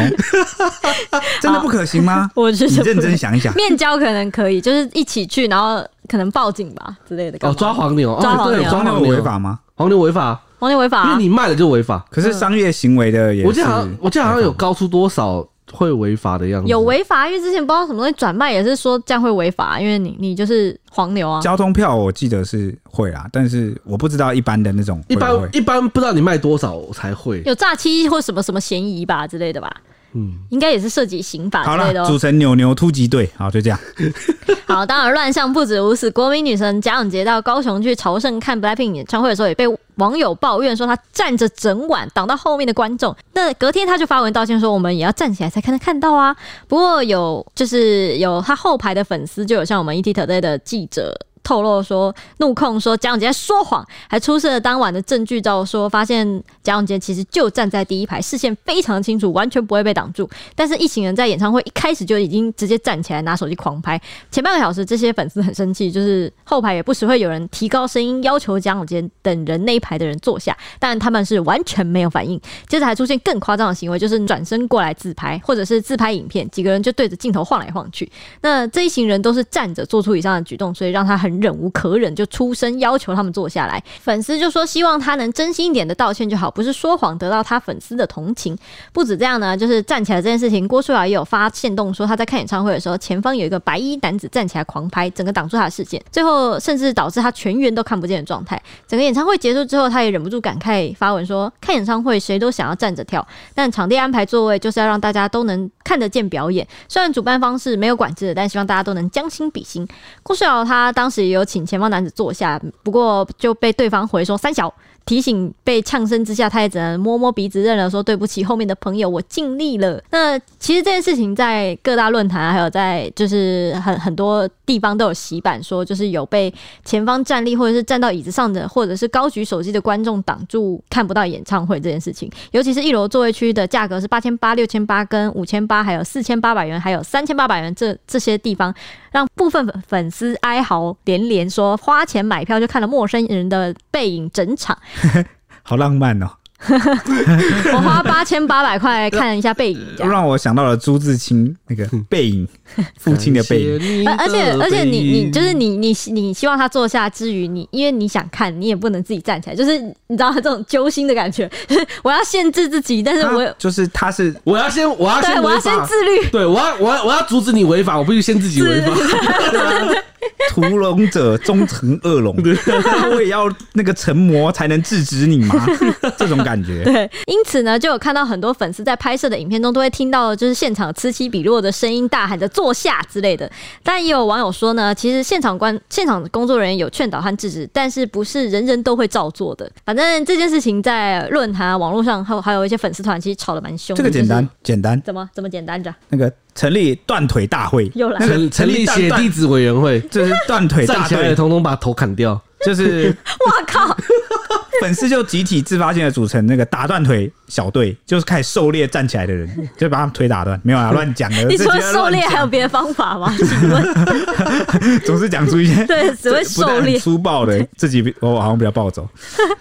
真的不可行吗？
啊我觉
你
得
认真想一想，
面交可能可以，就是一起去，然后可能报警吧之类的。干
哦，
嘛
抓黄牛，哦
抓黄
对，
牛嗯
抓
黄
黄
牛
牛
违，法吗？
黄牛违法，
黄牛违法、
因
啊
为，你卖了就违法。
可是商业行为的也是，
我记得好像，我记得好像有高出多少会违法的样子。
有违法，因为之前不知道什么东西转卖也是说这样会违法，因为你你就是黄牛啊。
交通票，我记得是会啦，但是我不知道一般的那种
一
会不
般
会。
一般不知道你卖多少才会。
有诈欺或什么什么嫌疑吧之类的吧，
嗯，
应该也是涉及刑法
好
之类
了
的，
组
哦。
成扭牛突击队，好，就这样。
好，当然乱象不止如此。国民女神贾永杰到高雄去朝圣看 BLACKPINK 演唱会的时候，也被网友抱怨说她站着整晚挡到后面的观众。那隔天她就发文道歉说，我们也要站起来才看能看到啊。不过有就是有她后排的粉丝就有向我们 E ETtoday 的记者。透露说，怒控说贾永杰在说谎，还出示了当晚的证据照说，发现贾永杰其实就站在第一排，视线非常清楚，完全不会被挡住。但是，一行人在演唱会一开始就已经直接站起来拿手机狂拍，前半个小时这些粉丝很生气，就是后排也不时会有人提高声音要求蒋永杰等人那一排的人坐下，但他们是完全没有反应。接着还出现更夸张的行为，就是转身过来自拍，或者是自拍影片，几个人就对着镜头晃来晃去。那这一行人都是站着做出以上的举动，所以让他很忍无可忍，就出声要求他们坐下来。粉丝就说希望他能真心一点的道歉就好，不是说谎得到他粉丝的同情。不止这样呢，就是站起来这件事情，郭书瑶也有发现动说，她在看演唱会的时候，前方有一个白衣男子站起来狂拍，整个挡住她的视线，最后甚至导致她全员都看不见的状态。整个演唱会结束之后，她也忍不住感慨发文说：“看演唱会谁都想要站着跳，但场地安排座位就是要让大家都能看得见表演。虽然主办方是没有管制的，但希望大家都能将心比心。”郭书瑶她当时也有请前方男子坐下，不过就被对方回说三小。提醒被呛声之下，他也只能摸摸鼻子认了，说对不起，后面的朋友我尽力了。那其实这件事情在各大论坛啊，还有在就是很很多地方都有洗版，说就是有被前方站立或者是站到椅子上的，或者是高举手机的观众挡住看不到演唱会这件事情。尤其是一楼座位区的价格是八千八、六千八跟五千八，还有四千八百元，还有三千八百元这这些地方，让部分粉粉丝哀嚎连连说，花钱买票就看了陌生人的背影整场。
好浪漫哦，
我花八千八百块看一下背影，这 样。
让我想到了朱自清那个
嗯
背影，父亲的背影。
影
而呃而且而且你你就是你你你希望他坐下之余，你因为你想看，你也不能自己站起来，就是你知道这种揪心的感觉。 我要限制自己，但是我
他就是他是
我要先我要
对
先
我要
违
先
法，
自律。
对我要我要我要阻止你违法，我必须先自己违法。
屠龙者终成 恶龙，我也要那个成魔才能制 止你吗？这种感觉。
对， 因此呢，就有看到很多粉丝在拍摄的影片中都会听到，就是现场此起彼落的声音，大喊着“坐下”之类的。但也有网友说呢，其实现场观现场工作人员有劝导和制止，但是不是人人都会照做的。反正这件事情在论坛啊、网络上，还有还有一些粉丝团，其实吵得蛮凶的。
这个简
就
单
是，
简单。
怎么怎么简单着？
那个成立断腿大会，
又来
那
了
个
成成立
断
血滴子委员会，
就是断腿
站
大
起来
队，
统统把头砍掉。
就是
我靠！
粉丝就集体自发性的组成那个打断腿小队，就是开始狩猎站起来的人，就把他们腿打断。没有啊，乱讲的。
你
这
除了
些
狩
乱
猎
讲
还有别的方法吗？ 请问，
总是讲出一 些
对，只会
不
狩
但很
猎。
粗 暴的，自己比我好像比较 暴走。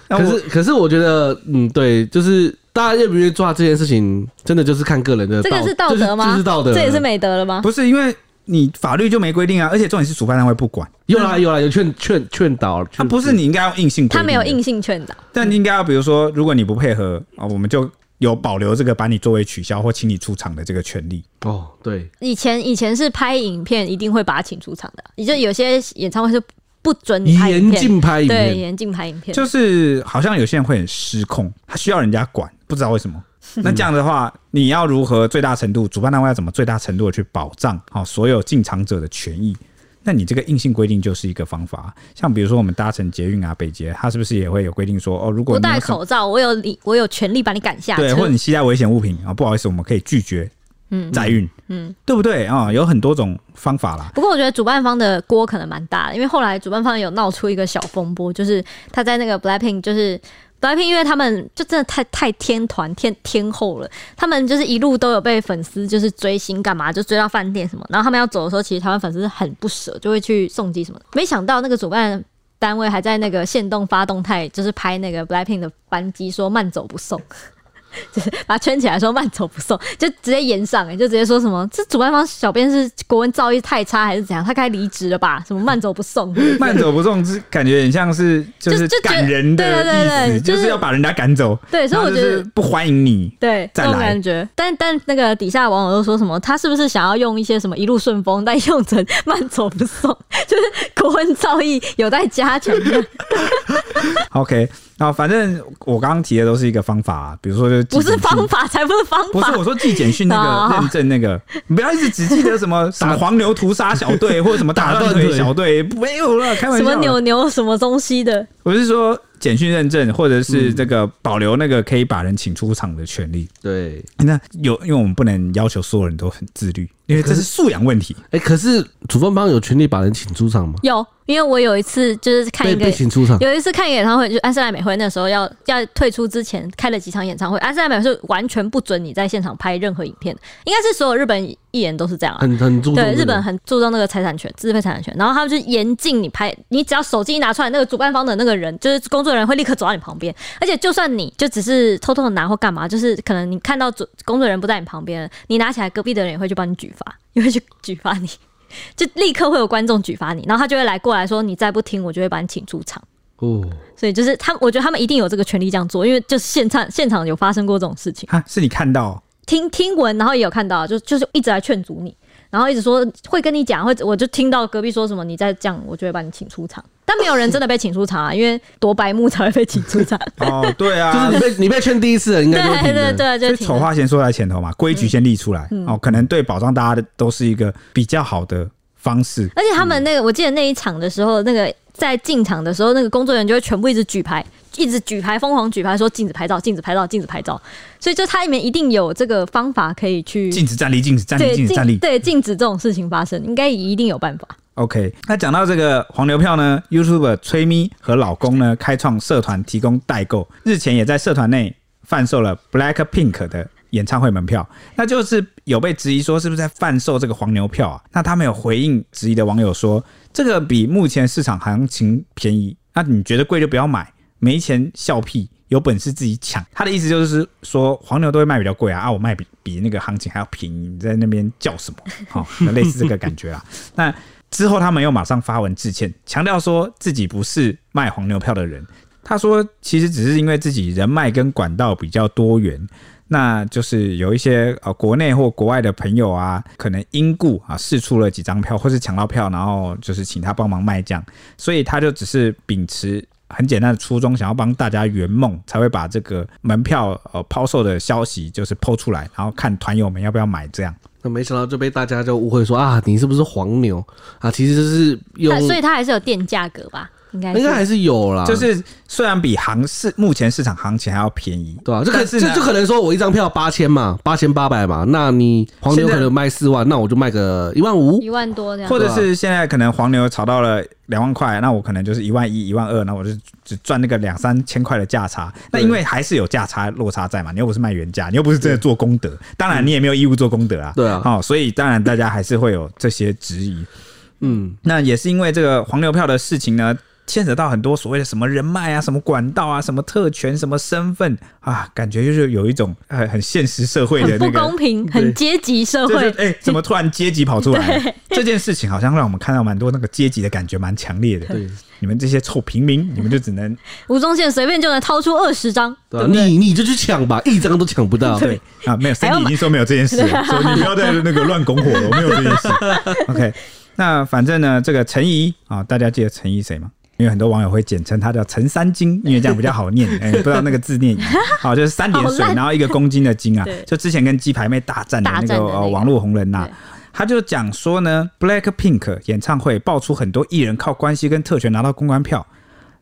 那
可
我
是可是我觉得，嗯，对，就是大家愿不愿意抓这件事情，真的就是看个人的
这
道。
个是道德
就是
吗？
就是道德，
这也是美德了吗？
不是因为你法律就没规定啊，而且重点是主办单位不管，
有
嗯
啦有啦，有劝劝劝导，
他
劝
啊不是你应该要硬性规定的
他没有硬性劝导。
但应该要比如说，如果你不配合啊，我们就有保留这个把你作为取消或请你出场的这个权利。
哦，对，
以前以前是拍影片一定会把他请出场的，啊也就有些演唱会是不准你拍影
严
片，
禁拍影
对，
片，
严禁拍影片。
就是好像有些人会很失控，他需要人家管，不知道为 什么。那这样的话，你要啊如何最大程度，主办单位要怎么最大程度的去保障好、所有进场者的权益？那你这个硬性规定就是一个方法。像比如说我们搭乘捷运啊、北捷，它是不是也会有规定说，哦，如果
不
你有
戴
什么
口罩，我有理，我有权利把你赶下
对，
车
或者。你携带危险物品啊、不好意思，我们可以拒绝
嗯
载运，
嗯，
对不对啊、有很多种方法啦。
不过我觉得主办方的锅可能蛮大的，因为后来主办方有闹出一个小风波，就是他在那个 Blackpink 就是 Blackpink，因为他们就真的太太天团天天后了，他们就是一路都有被粉丝就是追星干嘛，就追到饭店什么，然后他们要走的时候，其实台湾粉丝很不舍，就会去送机什么的。没想到那个主办单位还在那个限动发动态，就是拍那个 Blackpink 的班机说慢走不送。就是把它圈起来说慢走不送，就直接延上、欸，就直接说什么这主办方小编是国文造诣太差还是怎样，他该离职了吧？什么慢走不送，
慢走不送之，感觉很像是就
就是就觉得
赶人的
对对对
意
对
思，
就是
是要把人家赶走，
对，所以
然
我
后就
觉
是
得。
不欢迎你。
对，这
再
种
来
感觉，但但那个底下网友都说什么，他是不是想要用一些什么一路顺风，但用成慢走不送， 就是国文造诣有待加强。
OK，那反正我刚刚提的都是一个方法、啊，比如说就是寄
不是
简讯
方法，才不是方
不
法
是，我说寄 简讯那
哦
个认证那个，你不要一直只记得什 么什么黄牛屠杀小 队或者什么打断腿小队，没有了，开玩
什么
笑
扭
的。
扭什么东西的，
我是说简讯认证，或者是这个保留那个可以把人请出场的权利。
对，
那有，因为我们不能要求所有人都很自律，因为这是素养问 题。
哎、可是主办方有权利把人请出场吗？
有，因为我有一次就是看一
被
个
被请出
啊
场，
有一次看演唱会，就安室奈美惠那时候要要退出之前开了几场演唱会，安室奈美惠是完全不准你在现场拍任何影片的，应该是所有日本艺人都是这样啊。
很很注重
对，
这
日
个
本很注重那个财产权、自费财产权，然后他们就严禁你拍，你只要手机一拿出来，那个主办方的那个人就是工作人员会立刻走到你旁边，而且就算你就只是偷偷的拿或干嘛，就是可能你看到主工作人员不在你旁边，你拿起来，隔壁的人也会去帮你举发，也会去举发你， 就立刻会有观众举发你，然后他就会来过来说，你再不听，我就会把你请出场。
哦，
所以就是他们，我觉得他们一定有这个权利这样做，因为就是现场现场有发生过这种事情，
哈，是你看到
听听闻，然后也有看到，就就是一直来劝阻你，然后一直说会跟你讲，会我就听到隔壁说什么，你再这样，我就会把你请出场。但没有人真的被请出场啊，因为多白目才会被请出场。
哦，对
就是
啊
你。被你被劝第一次了，应该就
对
停了
对。对，
所
就嗯
以
挺
丑话先说在前头嘛，规矩先立出来、哦，可能对保障大家的都是一个比较好的方式。
而且他们那个，我记得那一场的时候，那个在进场的时候，那个工作人员就会全部一直举牌，一直举牌，疯狂举牌，说禁止拍照，禁止拍照，禁止拍照。所以就它里面一定有这个方法可以去
禁止站立，禁止站立，
对
禁止站立。
对禁止这种事情发生，应该一定有办法。
OK，那讲到这个黄牛票呢，YouTuber 崔咪和老公呢开创社团提供代购，日前也在社团内贩售了 Blackpink 的演唱会门票，那就是有被质疑说是不是在贩售这个黄牛票啊？那他们有回应质疑的网友说，这个比目前市场行情便宜，那你觉得贵就不要买，没钱笑屁。有本事自己抢，他的意思就是说黄牛都会卖比较贵啊，啊我卖比比那个行情还要便宜，你在那边叫什么？好、那类似这个感觉啊。那之后他们又马上发文致歉，强调说自己不是卖黄牛票的人。他说，其实只是因为自己人脉跟管道比较多元，那就是有一些呃国内或国外的朋友啊，可能因故啊试出了几张票或是抢到票，然后啊就是请他帮忙卖这样，所以他就只是秉持。很简单的初衷，想要帮大家圆梦，才会把这个门票呃抛售的消息就是抛出来，然后看团友们要不要买这样。
那没想到就被大家就误会说啊，你是不是黄牛啊？其实就是用
但，所以它还是有定价格吧，应该
应该还
是。
是有啦，
就是虽然比行市目前市场行情还要便宜，
对吧、啊就可
但是
就
呢
就可能说我一张票八千嘛，八千八百嘛，那你黄牛
现在
可能卖四万，那我就卖个一万五
一。万多这样
或，
啊
者是现在可能黄牛炒到了两万块，那我可能就是一万一、一万二，那我就只赚那个两三千块的价差。那
对
因为还是有价差落差在嘛，你又不是卖原价，你又不是真的做功德，当然你也没有义务做功德啊。
对啊
哦，所以当然大家还是会有这些质疑。
嗯，
那也是因为这个黄牛票的事情呢，牵扯到很多所谓的什么人脉啊、什么管道啊、什么特权、什么身份啊，感觉就是有一种呃很现实社会的
很
那
不
个
公平，很阶级社
就是
会。
哎、怎么突然阶级跑出来了？这件事情好像让我们看到蛮多那个阶级的感觉，蛮强烈的。
对，
你们这些臭平民，你们就只能
吴宗宪随便就能掏出二十张，
对吧、你你就去抢吧，一张都抢不到。
对啊，没有
还要
，Cindy 已
买
经说没有这件事了，说你不要再那个乱拱火了，我没有这件事。OK，那反正呢，这个陈怡啊，大家记得陈怡谁吗？因为很多网友会简称他叫陈三金，因为这样比较好念，哎、不知道那个字念好、啊，就是三点水
好，烂
然后一个公斤的斤啊
对，
就之前跟鸡排妹大战的那
大
个
战的那个
呃网络红人呐、
对
他就讲说呢，Blackpink 演唱会爆出很多艺人靠关系跟特权拿到公关票，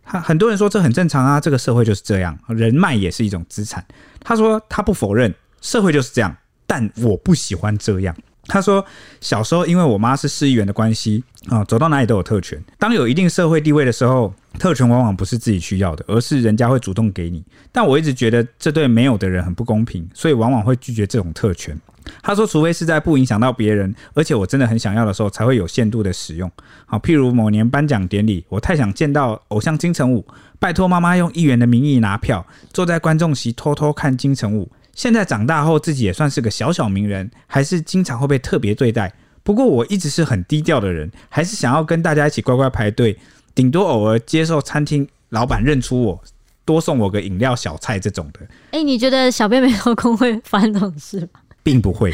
他很多人说这很正常啊，这个社会就是这样，人脉也是一种资产。他说他不否认社会就是这样，但我不喜欢这样。他说小时候因为我妈是市议员的关系啊、走到哪里都有特权。当有一定社会地位的时候，特权往往不是自己需要的，而是人家会主动给你。但我一直觉得这对没有的人很不公平，所以往往会拒绝这种特权。他说，除非是在不影响到别人，而且我真的很想要的时候，才会有限度的使用。好，譬如某年颁奖典礼，我太想见到偶像金城武，拜托妈妈用议员的名义拿票，坐在观众席偷偷看金城武。现在长大后，自己也算是个小小名人，还是经常会被特别对待。不过我一直是很低调的人，还是想要跟大家一起乖乖排队，顶多偶尔接受餐厅老板认出我，多送我个饮料、小菜这种的，
哎、你觉得小编没有工会发生这种事吗？
并不会。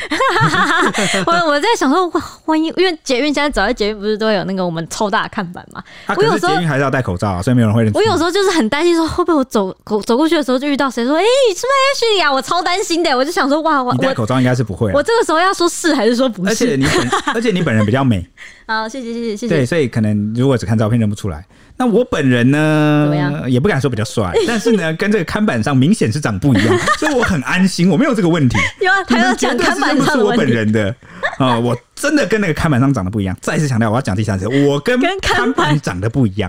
我我在想说，哇，万一因为捷运现在走在捷运不是都会有那个我们超大的看板嘛？
他、啊、
我有
可是
时候
捷运还是要戴口罩啊，所以没有人会认出
我
你。
有时候就是很担心，说会不会我走走走过去的时候就遇到谁说，哎、你是不是 Ashley 啊？我超担心的，我就想说，哇，我
你戴
我
口罩应该是不会啊、
我这个时候要说是还是说不
而且
是？
你 本而且你本人比较美，
好，谢谢谢谢谢
对，
谢。
所以可能如果只看照片认不出来。那我本人
怎么样
呢，也不敢说比较帅，但是呢，跟这个看板上明显是长不一样，所以我很安心，我没有这个问 题。
有啊，
你
还要
们
讲
绝对
看
是
板
认不
上
出
的
我
问
本
题，
人的啊、我真的跟那个看板上长得不一样。再次强调，我要讲第三次，我跟
跟看
看
板
板长得不一样。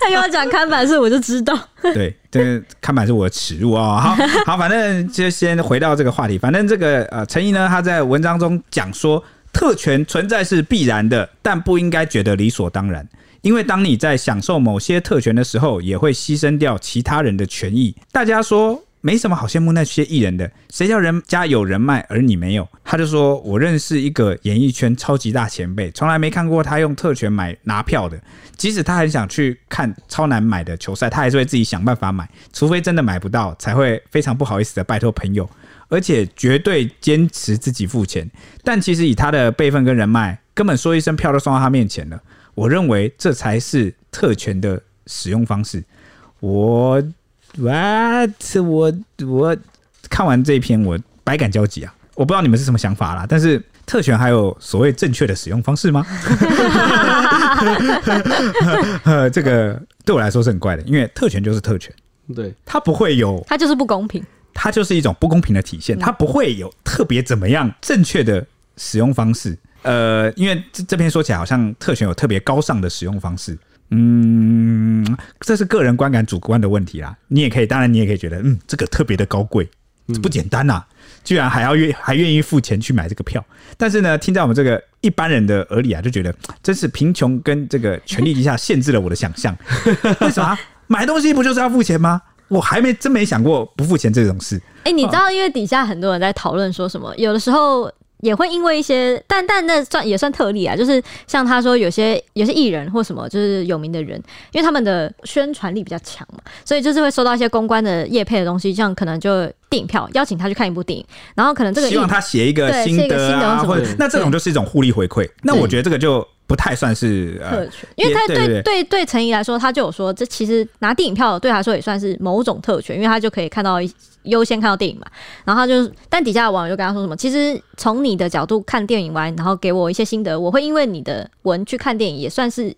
他又要讲看板是我就知道。
对，这个看板是我的耻辱啊、好好，反正就先回到这个话题。反正这个呃，陈毅呢，他在文章中讲说，特权存在是必然的，但不应该觉得理所当然。因为当你在享受某些特权的时候，也会牺牲掉其他人的权益。大家说没什么好羡慕那些艺人的，谁叫人家有人脉而你没有？他就说，我认识一个演艺圈超级大前辈，从来没看过他用特权买拿票的。即使他很想去看超难买的球赛，他还是会自己想办法买，除非真的买不到，才会非常不好意思的拜托朋友，而且绝对坚持自己付钱。但其实以他的辈分跟人脉，根本说一声票都送到他面前了。我认为这才是特权的使用方式。我 what 我我看完这篇我百感交集啊！我不知道你们是什么想法啦，但是特权还有所谓正确的使用方式吗？呃，这个对我来说是很怪的，因为特权就是特权，
对，
它不会有，
他就是不公平。
它就是一种不公平的体现，它不会有特别怎么样正确的使用方式。呃，因为这这篇说起来好像特权有特别高尚的使用方式，嗯，这是个人观感主观的问题啦。你也可以，当然你也可以觉得，嗯，这个特别的高贵，这不简单呐、啊居然还要愿还愿意付钱去买这个票。但是呢，听在我们这个一般人的耳里啊，就觉得真是贫穷跟这个权力底下限制了我的想象。 为什么啊买东西不就是要付钱吗？我还没真没想过不付钱这种事。
哎、你知道，因为底下很多人在讨论说什么，有的时候也会因为一些，但但那算也算特例啊，就是像他说有些有些艺人或什么，就是有名的人，因为他们的宣传力比较强嘛，所以就是会收到一些公关的业配的东西，像可能就电影票邀请他去看一部电影，然后可能这个
希望他写一个
对
心
写一个
得
心得
啊，
或什么
或者
对
那这种就是一种互利回馈。那我觉得这个就不太算是
特
呃，
权，因为他
也对
对
对
对对陈怡来说，他就有说，这其实拿电影票对他来说也算是某种特权，因为他就可以看到一优先看到电影嘛。然后他就是，但底下的网友就跟他说什么，其实从你的角度看电影完，然后给我一些心得，我会因为你的文去看电影，也算是。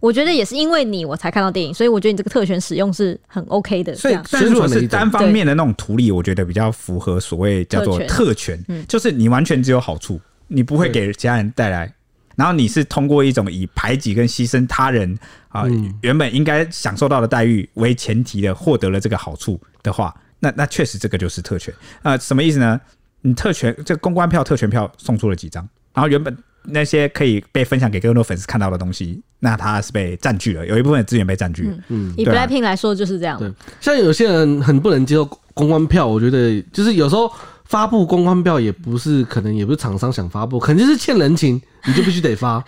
我觉得也是因为你我才看到电影，所以我觉得你这个特权使用是很 OK 的。
所
这
以
样，
但是如果
宣传的
是
一种
单方面的那种图利，我觉得比较符合所谓叫
特
做
权
特权
嗯，
就是你完全只有好处，你不会
对
给家人带来。然后你是通过一种以排挤跟牺牲他人啊、
嗯
原本应该享受到的待遇为前提的获得了这个好处的话，那那确实这个就是特权。啊，什么意思呢？你特权这公关票、特权票送出了几张，然后原本那些可以被分享给更多粉丝看到的东西，那它是被占据了，有一部分的资源被占据了。
嗯，
以
对啊
Blackpink 来说就是这样。
对，像有些人很不能接受公关票，我觉得就是有时候发布公关票也不是，可能也不是厂商想发布，肯定是欠人情，你就必须得 发，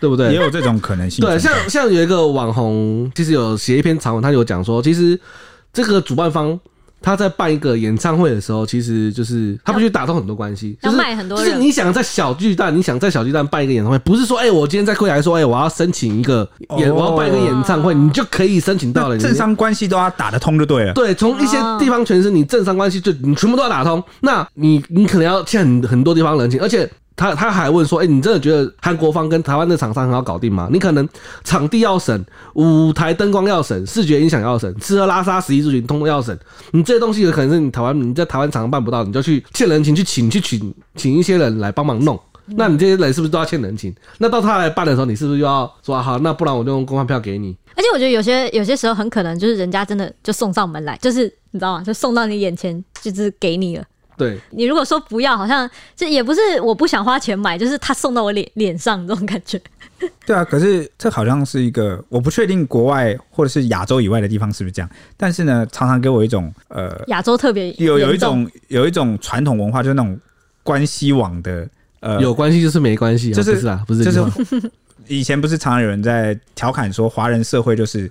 对不
也
对？
有这种可能性
对，
存在。
像像有一个网红，其实有写一篇长文，他有讲说，其实这个主办方他在办一个演唱会的时候，其实就是他必须打通很多关系，
要
就是
卖很多
就是
人
你想在小巨蛋，你想在小巨蛋办一个演唱会，不是说哎、我今天在柜台说哎、我要申请一个演，
哦
我要办一个演唱会，你就可以申请到了。
那
你
政商关系都要打得通就对 了。
对，从一些地方全是你政商关系，就你全部都要打通。那你你可能要欠很很多地方人情，而且他他还问说：“哎、你真的觉得韩国方跟台湾的厂商很好搞定吗？你可能场地要省，舞台灯光要省，视觉音响要省，吃喝拉撒食衣住行通通要省。你这些东西有可能是你台湾你在台湾厂商办不到，你就去欠人情去请去请请一些人来帮忙弄。那你这些人是不是都要欠人情？那到他来办的时候，你是不是又要说啊好？那不然我就用公关票给你？
而且我觉得有些有些时候很可能就是人家真的就送上门来，就是你知道吗？就送到你眼前，就是给你了。
对，
你如果说不要，好像这也不是我不想花钱买，就是他送到我脸脸上这种感觉。
对啊，可是这好像是一个，我不确定国外或者是亚洲以外的地方是不是这样，但是呢，常常给我一种呃，
亚洲特别
有有一
严重
种有一种传统文化，就是那种关系网的呃，
有关系就是没关系、啊，
就是
不是啊，不是
就
这
是
句话
以前不是常常有人在调侃说华人社会就是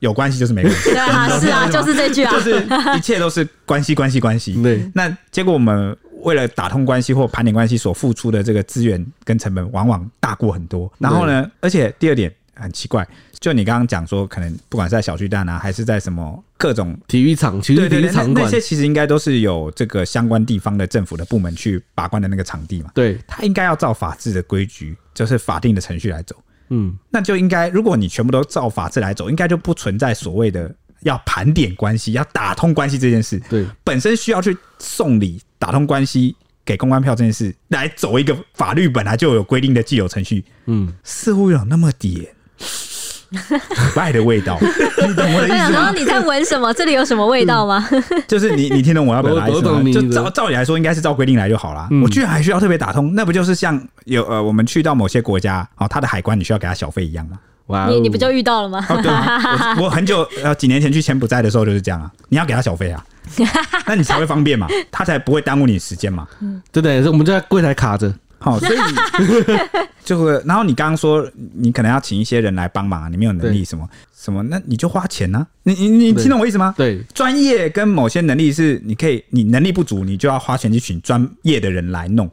有关系就是没关系，
对啊，是啊，就是这句啊，
就是一切都是关系关系关系。
对。
那结果我们为了打通关系或盘点关系所付出的这个资源跟成本，往往大过很多。然后呢，而且第二点很奇怪，就你刚刚讲说，可能不管是在小巨蛋啊，还是在什么各种。
体育场，其实
对
体
对
育
对，那
场
那
馆，
些其实应该都是有这个相关地方的政府的部门去把关的那个场地嘛，
对，
他应该要照法治的规矩，就是法定的程序来走。
嗯，
那就应该，如果你全部都照法治来走，应该就不存在所谓的要盘点关系、要打通关系这件事。
对，
本身需要去送礼、打通关系、给公关票这件事，来走一个法律本来就有规定的既有程序，
嗯，
似乎有那么点不爱的味道。你懂我
我
的意思
想
吗
说？你在闻什么？这里有什么味道吗？
就是你，你听懂我要表达的意思
我我
吗
懂？你
就
的
照照理来说，应该是照规定来就好啦。
嗯
我居然还需要特别打通，那不就是像有呃，我们去到某些国家哦，它的海关你需要给他小费一样吗？
哇 哦，
你你不就遇到了吗？
哦，对啊，我我很久呃几年前去柬埔寨的时候就是这样啊，你要给他小 费啊，那你才会方便嘛，他才不会耽误你时间嘛。
真的，我们就在柜台卡着，
好、所以就会，然后你刚刚说你可能要请一些人来帮忙啊，你没有能力
对
什么什么，那你就花钱呢、你你你
对
听懂我意思吗？
对，
专业跟某些能力是你可以，你能力不足，你就要花钱去请专业的人来弄。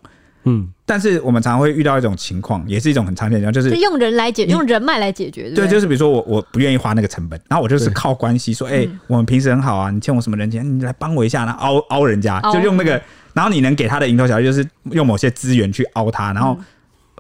嗯，
但是我们常常会遇到一种情况，也是一种很常见的情况，就是
是用人来解，用人脉来解决，对
嗯对，
不
就是是比如说我我不愿意花那个成本，然后我就是
对
靠关系说，哎、我们平时很好啊，你欠我什么人情，你来帮我一下，然后凹凹人家，
凹
就用那个，然后你能给他的蝇头小利就是用某些资源去凹他，然后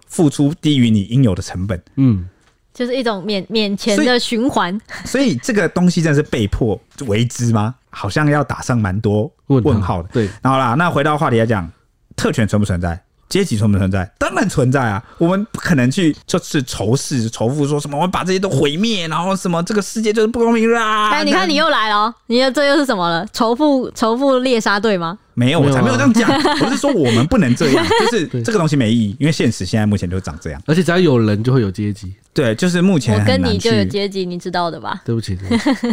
付出低于你应有的成本，
嗯，
就是一种免免钱
所
的循环。
所以这个东西真的是被迫为之吗？好像要打上蛮多问号的。
对，
然后啦，那回到话题来讲，特权存不存在？阶级存不存在？当然存在啊！我们不可能去就是仇视、仇富，说什么我们把这些都毁灭，然后什么这个世界就是不公平啊 啦。
哎，你看你又来了哦，你又这又是什么了？仇富仇富猎杀队吗？
没有，
没
我
有
才没有
啊
这样讲。我是说我们不能这样，就是
对
这个东西没意义，因为现实现在目前就长这样。
而且只要有人就会有阶级，
对，就是目前
我
很
跟
难
你
去
就有阶级，你知道的吧？
对不起，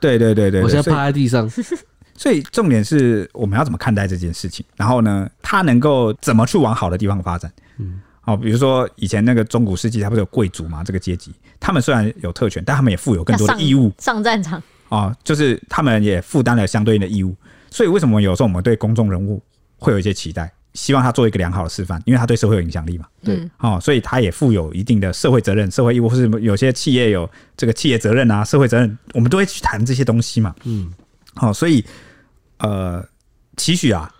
对对对对
我
对，
现在
所以
趴在地上，
所以重点是我们要怎么看待这件事情，然后呢，它能够怎么去往好的地方发展。嗯，哦，比如说以前那个中古世纪，它不是有贵族嘛，这个阶级，他们虽然有特权，但他们也负有更
要
多的
上
义务
上战场，
哦，就是他们也负担了相对应的义务。所以为什么有时候我们对公众人物会有一些期待，希望他做一个良好的示范，因为他对社会有影响力嘛。
嗯
对，
哦，所以他也负有一定的社会责任、社会义务，或是有些企业有这个企业责任啊、社会责任，我们都会去谈这些东西嘛。
嗯，
好、所以呃，期许啊，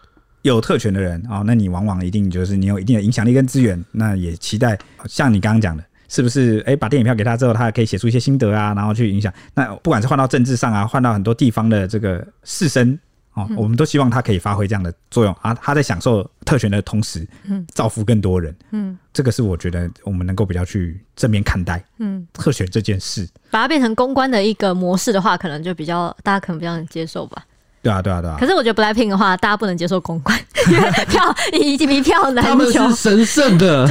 有特权的人啊、哦，那你往往一定就是你有一定的影响力跟资源，那也期待像你刚刚讲的，是不是？哎，把电影票给他之后，他可以写出一些心得啊，然后去影响。那不管是换到政治上啊，换到很多地方的这个士绅。哦，我们都希望他可以发挥这样的作用啊！他在享受特权的同时，
嗯，
造福更多人，
嗯
这个是我觉得我们能够比较去正面看待
嗯，
特选这件事。
把它变成公关的一个模式的话，可能就比较大家可能比较能接受吧。
对啊，对啊，对啊
可。是我觉得 BLACKPINK 的话，大家不能接受公关，因为票一一票难
他们
求
是。神 圣的，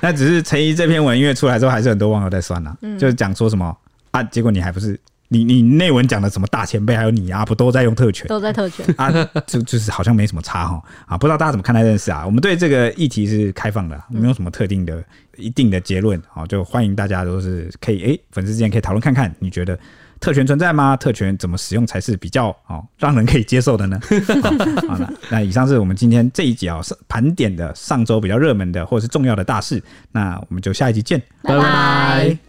那只是陈怡这篇文因为出来之后，还是很多网友在酸呐、
嗯
就是讲说什么啊，结果你还不是你你内文讲的什么大前辈，还有你啊，不都在用特权
都在特权，
啊？就就是好像没什么差哈啊，不知道大家怎么看待这件事啊？我们对这个议题是开放的啊，没有什么特定的一定的结论啊，就欢迎大家都是可以诶、粉丝之间可以讨论看看，你觉得？特权存在吗？特权怎么使用才是比较哦让人可以接受的呢？啊好了，那以上是我们今天这一集啊、是盘点的上周比较热门的或者是重要的大事，那我们就下一集见。
拜
拜
拜
拜。